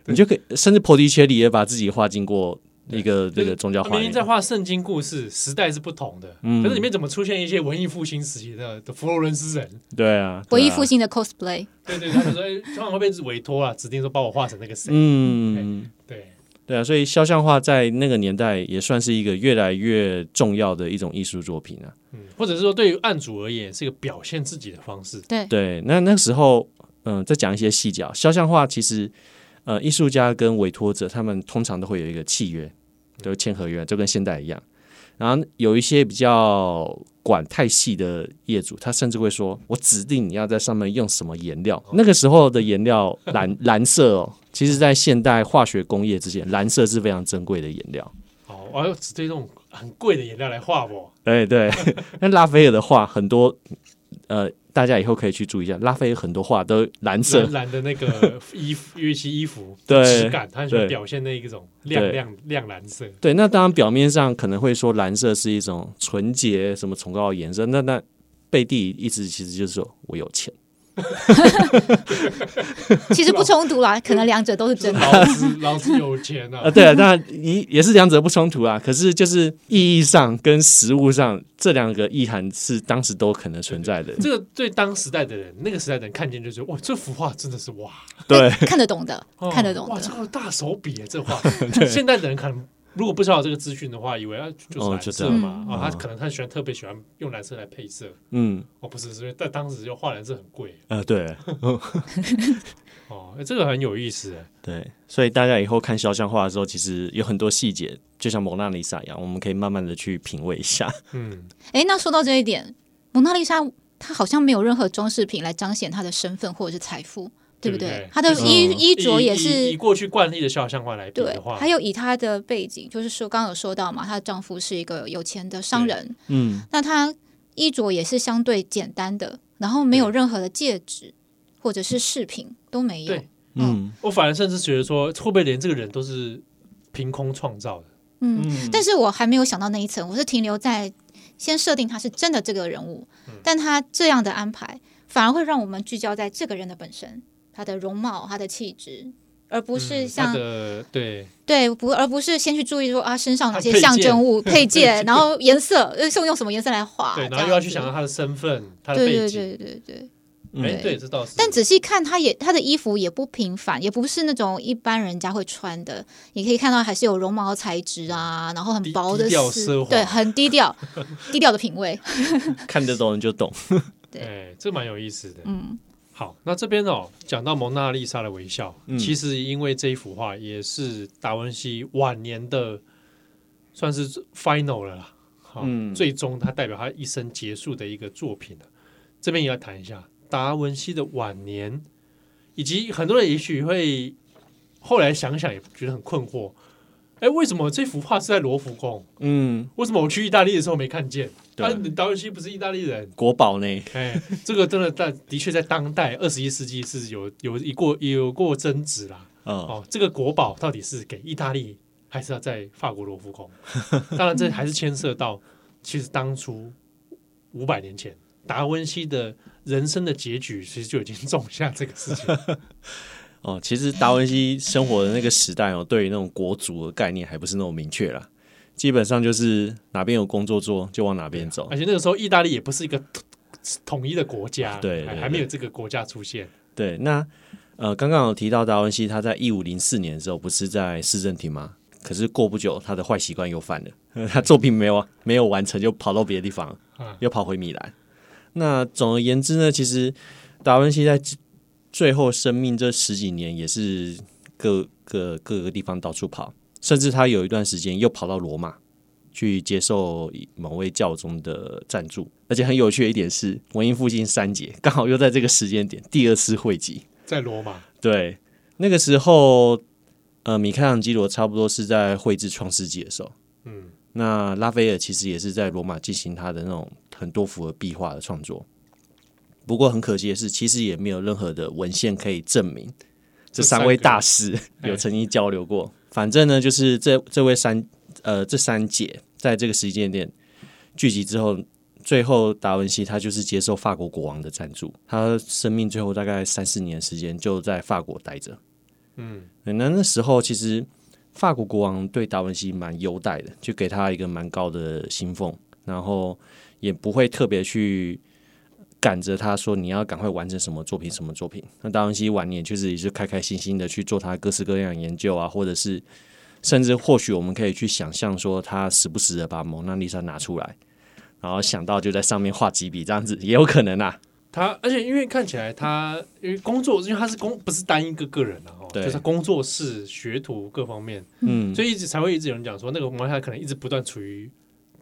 S2: 你就可以甚至菩提切里也把自己画进过一个这个宗教
S1: 他
S2: 画
S1: 明
S2: 里
S1: 明在画圣经故事，时代是不同的，
S2: 嗯
S1: 可是里面怎么出现一些文艺复兴时期的的佛罗伦斯人？
S2: 对啊，
S3: 文艺
S2: 对啊
S3: 复，兴的 cosplay，
S1: 对对，他们说，哎，通常会被委托啊，指定说把我画成那个谁，
S2: 嗯，
S1: 对，
S2: 对啊，所以肖像画在那个年代也算是一个越来越重要的一种艺术作品啊。
S1: 嗯，或者是说对于案主而言是一个表现自己的方式，
S3: 对，
S2: 对，那那时候，嗯、再讲一些细节啊，肖像画其实，呃，艺术家跟委托者他们通常都会有一个契约，都会签合约，就跟现代一样。然后有一些比较管太细的业主，他甚至会说：“我指定你要在上面用什么颜料。”那个时候的颜料蓝 蓝色哦，其实在现代化学工业之前，蓝色是非常珍贵的颜料。
S1: 哦，我要只对这种很贵的颜料来画 我，
S2: 对哎对，那拉斐尔的画很多，呃，大家以后可以去注意一下，拉斐尔很多画都蓝色，
S1: 蓝蓝的那个衣服，尤其衣服
S2: 对
S1: 质感，它喜欢
S2: 对
S1: 表现那一种亮
S2: 对
S1: 亮亮蓝色，
S2: 对，那当然表面上可能会说蓝色是一种纯洁、什么崇高的颜色，那那背地一直其实就是说我有钱，
S3: 其实不冲突啦，可能两者都是
S1: 就是
S3: 真的。
S1: 老子老子有钱啊
S2: 啊，，对啊，当然也也是两者不冲突啊，可是就是意义上跟实物上这两个意涵是当时都可能存在的，
S1: 这个对当时代的人，那个时代的人看见就觉得，哇，这幅画真的是哇，
S2: 对，
S3: 看得懂的
S1: 哦，
S3: 看得懂
S1: 哇，
S3: 的
S1: 这。个大手笔耶，这 画。现在的人可能如果不知道这个资讯的话，以为啊就是
S2: 哦
S1: 蓝
S2: 就
S1: 色
S2: 这样
S1: 嘛，啊、
S3: 嗯
S1: 他可能他喜欢特别喜欢用蓝色来配色。
S2: 嗯，
S1: 哦，不是，是因为在当时就画蓝色很贵
S2: 呃，对
S1: 哦，这个很有意思耶。
S2: 对，所以大家以后看肖像画的时候，其实有很多细节，就像蒙娜丽莎一样，我们可以慢慢的去品味一下，
S1: 嗯，
S3: 哎，那说到这一点，蒙娜丽莎她好像没有任何装饰品来彰显她的身份或者是财富，对不
S1: 对不
S3: 对
S1: 对？
S3: 她的衣
S2: 嗯
S3: 衣着
S1: 以
S3: 也
S1: 以以
S3: 是。
S1: 过去惯例的肖像画来比
S3: 对
S1: 的，话，
S3: 还有以她的背景，就是说刚刚有说到嘛，她的丈夫是一个有钱的商人，
S2: 嗯，
S3: 那她衣着也是相对简单的，然后没有任何的戒指或者是饰品都没有
S1: 对。
S2: 嗯
S1: 我反而甚至觉得说，会不会连这个人都是凭空创造的？
S3: 嗯，
S2: 嗯，
S3: 但是我还没有想到那一层，我是停留在先设定他是真的这个人物，
S1: 嗯
S3: 但他这样的安排反而会让我们聚焦在这个人的本身，他的容貌、他的气质，而不
S1: 嗯
S3: 是
S1: 它
S3: 像、
S1: 的对
S3: 对不，而不是先去注意说啊身上哪
S1: 它
S3: 些
S1: 配
S3: 象
S1: 件
S3: 征物配件，然后颜色，呃，用用什么颜色来画，
S1: 对，
S3: 这
S1: 然后
S3: 样
S1: 又要去
S3: 子
S1: 想到他的身份、他的
S3: 对
S1: 背
S3: 对
S1: 景，
S3: 对对对。
S1: 哎，
S2: 嗯，
S1: 对，这倒是。
S3: 但仔细看，他也他的衣服也不平凡，也不是那种一般人家会穿的。你可以看到还是有绒毛材质啊，然后很
S1: 低
S3: 薄的
S1: 低调
S3: 丝
S1: 奢华
S3: 对，很 低调，低调的品味。
S2: 看得懂人就懂。
S3: 对
S1: 哎，这蛮有意思的。
S3: 嗯，
S1: 好，那这边哦，讲到蒙娜丽莎的微笑，
S2: 嗯
S1: 其实因为这一幅画也是达文西晚年的，算是 final 了啦，好、
S2: 嗯
S1: 最终他代表他一生结束的一个作品了。这边也要谈一下达文西的晚年，以及很多人也许会后来想想也觉得很困惑，哎，为什么这幅画是在罗浮宫？
S2: 嗯，
S1: 为什么我去意大利的时候没看见？
S2: 对
S1: 啊，达文西不是意大利人，
S2: 国宝呢？
S1: 哎，这个真的在的确在当代二十一世纪是有有一过有过争执啦。
S2: 哦，
S1: 哦，这个国宝到底是给意大利，还是要在法国罗浮 宫？当然，这还是牵涉到其实当初五百年前达文西的人生的结局，其实就已经种下这个事 情。
S2: 哦，其实达文西生活的那个时代哦，对于那种国族的概念还不是那么明确啦。基本上就是哪边有工作做就往哪边走
S1: 而。且那个时候，意大利也不是一个统一的国家，
S2: 对对
S1: 还
S2: 对
S1: 还没有这个国家出现。
S2: 对，那呃，刚刚有提到达文西，他在一五零四年的时候不是在市政厅吗？可是过不久，他的坏习惯又犯了， 他作品没有没有完成，就跑到别的地方了
S1: 啊，
S2: 又跑回米兰。那总而言之呢，其实达文西在最后生命这十几年也是各各各个地方到处跑，甚至他有一段时间又跑到罗马去接受某位教宗的赞助。而且很有趣的一点是，文艺复兴三杰刚好又在这个时间点第二次汇集。
S1: 在罗马，
S2: 对，那个时候，呃，米开朗基罗差不多是在绘制《创世纪》的时候，
S1: 嗯，
S2: 那拉斐尔其实也是在罗马进行他的那种很多幅的壁画的创作。不过很可惜的是，其实也没有任何的文献可以证明这三位大师
S1: 哎
S2: 有曾经交流过。反正呢，就是这这位三呃这三姐在这个时间点聚集之后，最后达文西他就是接受法国国王的赞助，他生命最后大概三四年的时间就在法国待着。
S1: 嗯，
S2: 那那时候其实法国国王对达文西蛮优待的，就给他一个蛮高的薪俸，然后也不会特别去赶着他说你要赶快完成什么作品什么作品。那达文西晚年就是也是开开心心的去做他各式各样的研究啊，或者是甚至或许我们可以去想象说他时不时的把蒙娜丽莎拿出来。然后想到就在上面画几笔，这样子也有可能啊。
S1: 他而且因为看起来他因为工作，因为他是工不是单一个个人啊，哦，
S2: 对
S1: 就是工作室、学徒各方面，
S2: 嗯，
S1: 所以一直才会一直有人讲说，那个蒙娜可能一直不断处于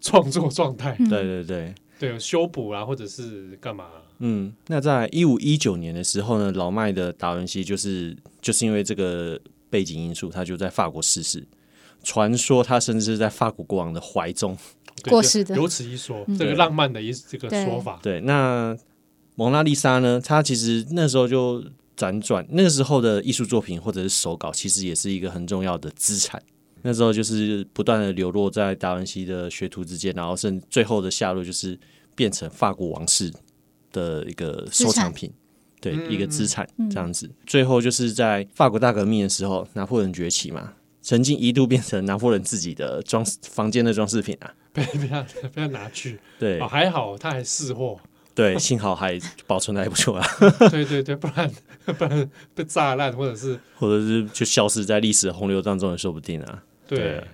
S1: 创作状 态，
S3: 嗯
S2: 对对对，
S1: 对，修补啊，或者是干嘛？
S2: 嗯，那在一五一九年的时候呢，老迈的达文西就是就是因为这个背景因素，他就在法国逝世。传说他甚至是在法国国王的怀中。
S1: 对
S3: 过
S1: 就
S3: 世的
S1: 有此一说，
S3: 嗯
S1: 这个
S2: 对
S1: 浪漫的一这个
S3: 对
S1: 说法，
S2: 对，那蒙娜丽莎呢，她其实那时候就辗转，那个时候的艺术作品或者是手稿，其实也是一个很重要的资产。那时候就是不断的流落在达文西的学徒之间，然后甚至最后的下落就是变成法国王室的一个收藏品，对，
S1: 嗯
S2: 一个资产
S3: 嗯
S2: 这样子。最后就是在法国大革命的时候，拿破仑崛起嘛，曾经一度变成拿破仑自己的装房间的装饰品啊。
S1: 被被他被他拿去，
S2: 对、
S1: 哦，还好他还识 货，
S2: 对，幸好还保存的还不错啊，
S1: 对对对，不然 不然被炸烂，或者是
S2: 或者是就消失在历史的洪流当中也说不定啊。
S1: 对
S2: 对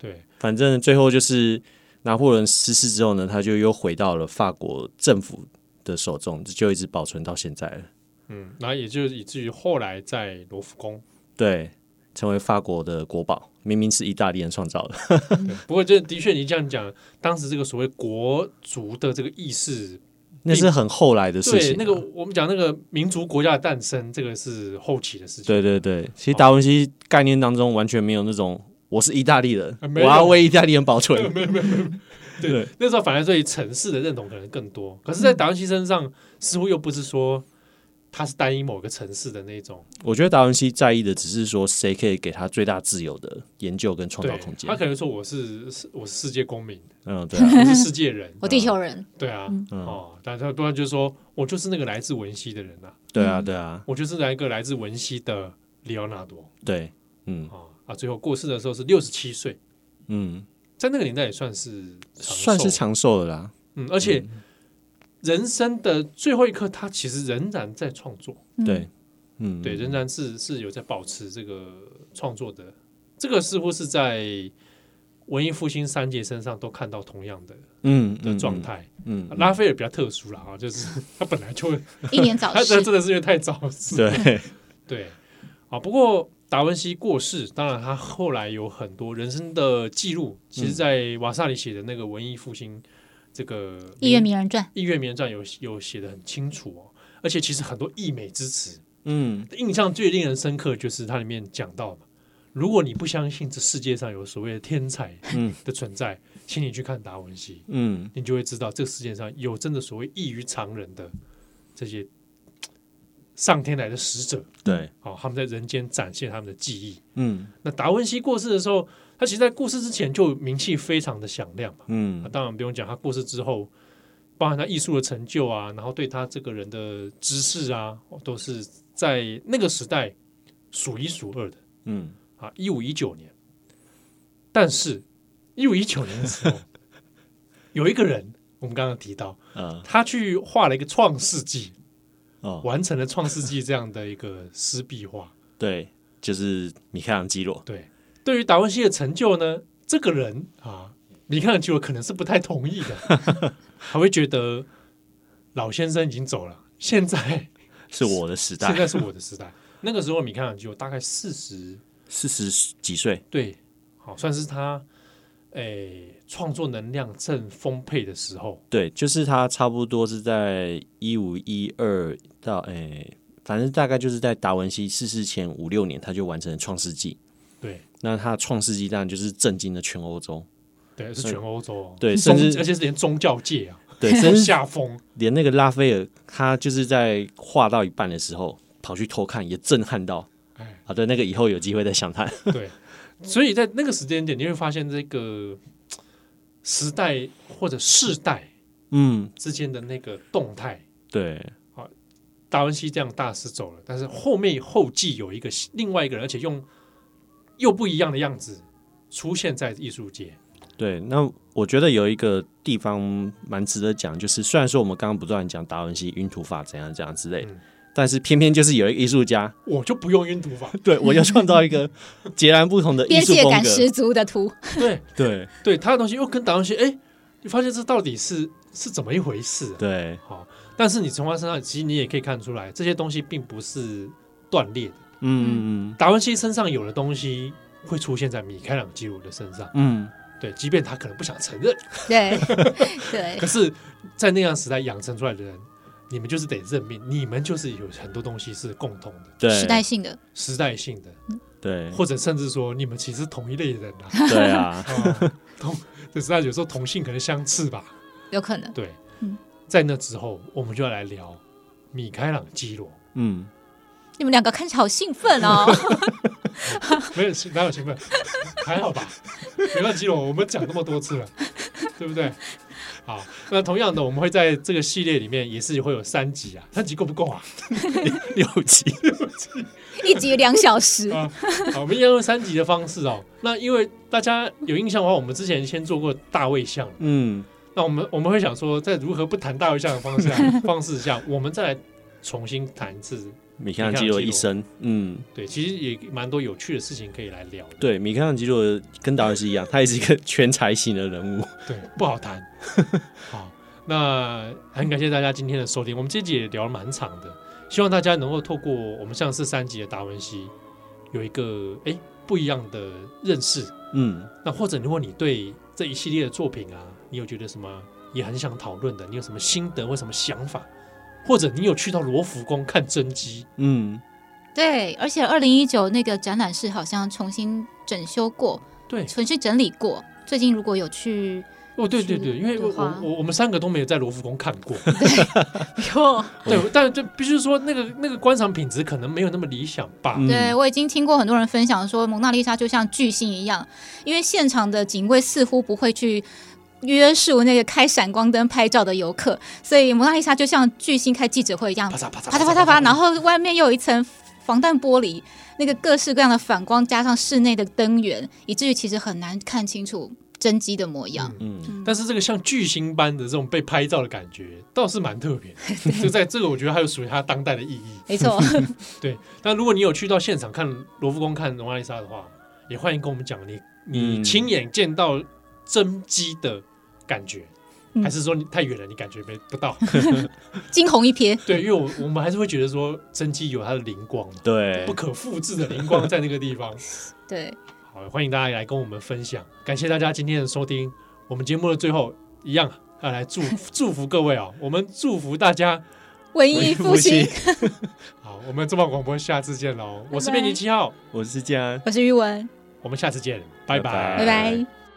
S1: 对，
S2: 反正最后就是拿破仑失势之后呢，他就又回到了法国政府的手中，就一直保存到现在了。
S1: 嗯，然后也就以至于后来在罗浮宫，
S2: 对，成为法国的国宝，明明是意大利人创造的。
S1: 对不过这的确你这样讲，当时这个所谓国族的这个意识，
S2: 那是很后来的事
S1: 对
S2: 情、啊
S1: 那个，我们讲那个民族国家的诞生，这个是后期的事情，
S2: 对对对，其实达文西概念当中完全没有那种我是意大利人，
S1: 呃没
S2: 我
S1: 有
S2: 要为意大利人保存。
S1: 对，那时候反而对于城市的认同可能更多。可是，在达文西身上，似乎又不是说他是单一某个城市的那种，
S2: 我觉得达文西在意的只是说谁可以给他最大自由的研究跟创造
S1: 对
S2: 空，间
S1: 他。可能说我是是我是世界公民，
S2: 嗯，对啊，
S1: 我是世界人
S3: ，我地球人，
S1: 对啊，
S2: 嗯
S1: 哦，但他不然就是说我就是那个来自文西的人啊，
S2: 对啊，对啊，
S1: 我就是来一个来自文西的里奥纳多
S2: 对，嗯
S1: 啊啊，最后过世的时候是六十七岁，
S2: 嗯，
S1: 在那个年代也算是长寿
S2: 算是长寿了啦。
S1: 嗯，而且人生的最后一刻，他其实仍然在创作，
S3: 嗯
S2: 对，嗯，
S1: 对，仍然是是有在保持这个创作的，这个似乎是在文艺复兴三杰身上都看到同样的
S2: 嗯
S1: 的状，态。
S2: 嗯，嗯嗯
S1: 拉斐尔比较特殊了啊，就是 他本来就
S3: 英年早
S1: 他嗯
S3: 逝
S1: 这，真的是因为太早死，
S2: 对，
S1: 对啊。不过达文西过世，当然他后来有很多人生的记录，其
S2: 嗯
S1: 实，在瓦萨里写的那个文艺复兴这个
S3: 《一月名人传》
S1: 《意愿名人传》有有写的很清楚哦，而且其实很多溢美之词，
S2: 嗯
S1: 印象最令人深刻就是它里面讲到嘛，如果你不相信这世界上有所谓的天才
S2: 嗯
S1: 的存在，请你去看达文西，
S2: 嗯
S1: 你就会知道这个世界上有真的所谓异于常人的这些嘖上天来的使者，
S2: 对，
S1: 哦，他们在人间展现他们的技艺。
S2: 嗯
S1: 那达文西过世的时候，他其实在过世之前就名气非常的响亮嘛。啊，
S2: 嗯
S1: 当然不用讲，他过世之后，包含他艺术的成就啊，然后对他这个人的知识啊，哦都是在那个时代数一数二的
S2: 嗯，
S1: 啊，一五一九年。但是，一五一九年的 时候，有一个人，我们刚刚提到，
S2: 呃
S1: 他去画了一个《创世纪》，
S2: 哦，
S1: 完成了《创世纪》这样的一个湿壁画。
S2: 对，就是米开朗基罗，
S1: 对，对于达文西的成就呢，这个人啊，米开朗基罗可能是不太同意的， 还会觉得老先生已经走了，现 在
S2: 是我的时
S1: 现
S2: 代，
S1: 在是我的时代。那个时候，米开朗基罗大概四十，
S2: 四十几岁，
S1: 对，好，算是他诶创作能量正丰沛的时候。
S2: 对，就是他差不多是在一五一二到诶，反正大概就是在达文西逝世前五六年，他就完成了《创世纪》。
S1: 对
S2: 那他的《创世纪》当然就是震惊了全欧洲，
S1: 对，是全欧洲哦，
S2: 对
S1: 宗
S2: 甚至
S1: 而且是连宗教界啊
S2: 对，
S1: 都
S2: 甚 至
S1: 下风。
S2: 连那个拉斐尔，他就是在画到一半的时候跑去偷看，也震撼到。
S1: 哎，
S2: 好的，那个以后有机会再详谈。
S1: 对，所以在那个时间点，你会发现这个时代或者世代
S2: 嗯，
S1: 之间的那个动态。
S2: 对，
S1: 达文西这样大师走了，但是后面后继有一个另外一个人，而且用又不一样的样子出现在艺术界。
S2: 对，那我觉得有一个地方蛮值得讲，就是虽然说我们刚刚不断讲达文西晕土法怎样怎样之类的，
S1: 嗯
S2: 但是偏偏就是有一个艺术家，
S1: 我就不用晕涂法，
S2: 对我要创造一个截然不同的艺
S3: 边
S2: 术
S3: 界
S2: 风
S3: 感十
S2: 格。
S3: 足 的图，
S1: 对
S2: 对
S1: 对，他的东西又跟达文西，哎，你发现这到底是是怎么一回事、啊？
S2: 对，
S1: 好，但是你从他身上，其实你也可以看出来，这些东西并不是断裂的。
S2: 嗯嗯
S1: 达文西身上有的东西会出现在米开朗基罗的身上，
S2: 嗯，
S1: 对，即便他可能不想承认，
S3: 对对
S1: 可，是，在那样时代养成出来的人，你们就是得认命，你们就是有很多东西是共同的、
S2: 对，
S3: 时代性的，
S1: 时代性的，
S3: 嗯
S2: 对
S1: 或者甚至说你们其实同一类人 啊。
S2: 对啊，
S1: 啊同就是那有时候同性可能相斥吧。
S3: 有可能
S1: 对
S3: 嗯，
S1: 在那之后，我们就要来聊米开朗基罗。
S2: 嗯，
S3: 你们两个看起来好兴奋哦，
S1: 没有哪有兴奋， 还好吧？米开朗基罗，我们讲那么多次了， 对不对？好，那同样的，我们会在这个系列里面也是会有三集啊，三集够不够 啊？
S2: 六级，
S3: 一集两小时，
S1: 啊， 好，我们一样用三级的方式哦。那因为大家有印象的话，我们之前先做过大卫像，
S2: 嗯，
S1: 那我们我们会想说，在如何不谈大卫像的方式下方式下，我们再来重新谈一次。
S2: 米开朗基罗一生，嗯，
S1: 对，其实也蛮多有趣的事情可以来聊的。
S2: 对，米开朗基罗跟达文西一样，他也是一个全才型的人物。
S1: 对，不好谈。好，那很感谢大家今天的收听，我们这集也聊了蛮长的，希望大家能够透过我们上次三集的达文西，有一个哎不一样的认识。
S2: 嗯，
S1: 那或者如果你对这一系列的作品啊，你有觉得什么也很想讨论的，你有什么心得或什么想法，或者你有去到罗浮宫看真迹，
S2: 嗯，
S3: 对，而且二零一九那个展览室好像重新整修过，
S1: 对，
S3: 重新整理过，最近如果有去，
S1: 哦，对对对，因为我
S3: 的话
S1: 我我们三个都没有在罗浮宫看 过，
S3: 哟，
S1: 对，但这必须说那个那个观赏品质可能没有那么理想吧。
S2: 嗯
S3: 对我已经听过很多人分享说，蒙娜丽莎就像巨星一样，因为现场的警卫似乎不会去。约束那个开闪光灯拍照的游客，所以蒙娜丽莎就像巨星开记者会一样
S1: 啪，嚓啪嚓
S3: 啪嗒啪嗒啪，然后外面又有一层防弹玻璃，那个各式各样的反光，加上室内的灯源，以至于其实很难看清楚真机的模样。
S2: 嗯，
S1: 但是这个像巨星般的这种被拍照的感觉，倒是蛮特别 的。就在这个，我觉得还有属于它当代的意义。
S3: 没错，
S1: 对，但如果你有去到现场看罗浮宫看《蒙娜丽莎》的话，也欢迎跟我们讲你你
S2: 嗯
S1: 亲眼见到真机的感觉，
S3: 嗯
S1: 还是说你太远了你感觉没不 到？
S3: 惊鸿一瞥。
S1: 对，因为我我们还是会觉得说真机有它的灵光嘛，
S2: 对
S1: 不，可复制的灵光在那个地方。
S3: 对，
S1: 好，欢迎大家来跟我们分享，感谢大家今天的收听。我们节目的最后一样要来 祝祝福各位哦，我们祝福大家。
S3: 文艺复兴，
S1: 好，我们中广广播下次见喽！我是
S3: 拜拜
S1: 编辑七号，
S2: 我是这样。
S3: 我是余文，
S1: 我们下次见，拜
S2: 拜
S1: 拜
S3: 拜拜。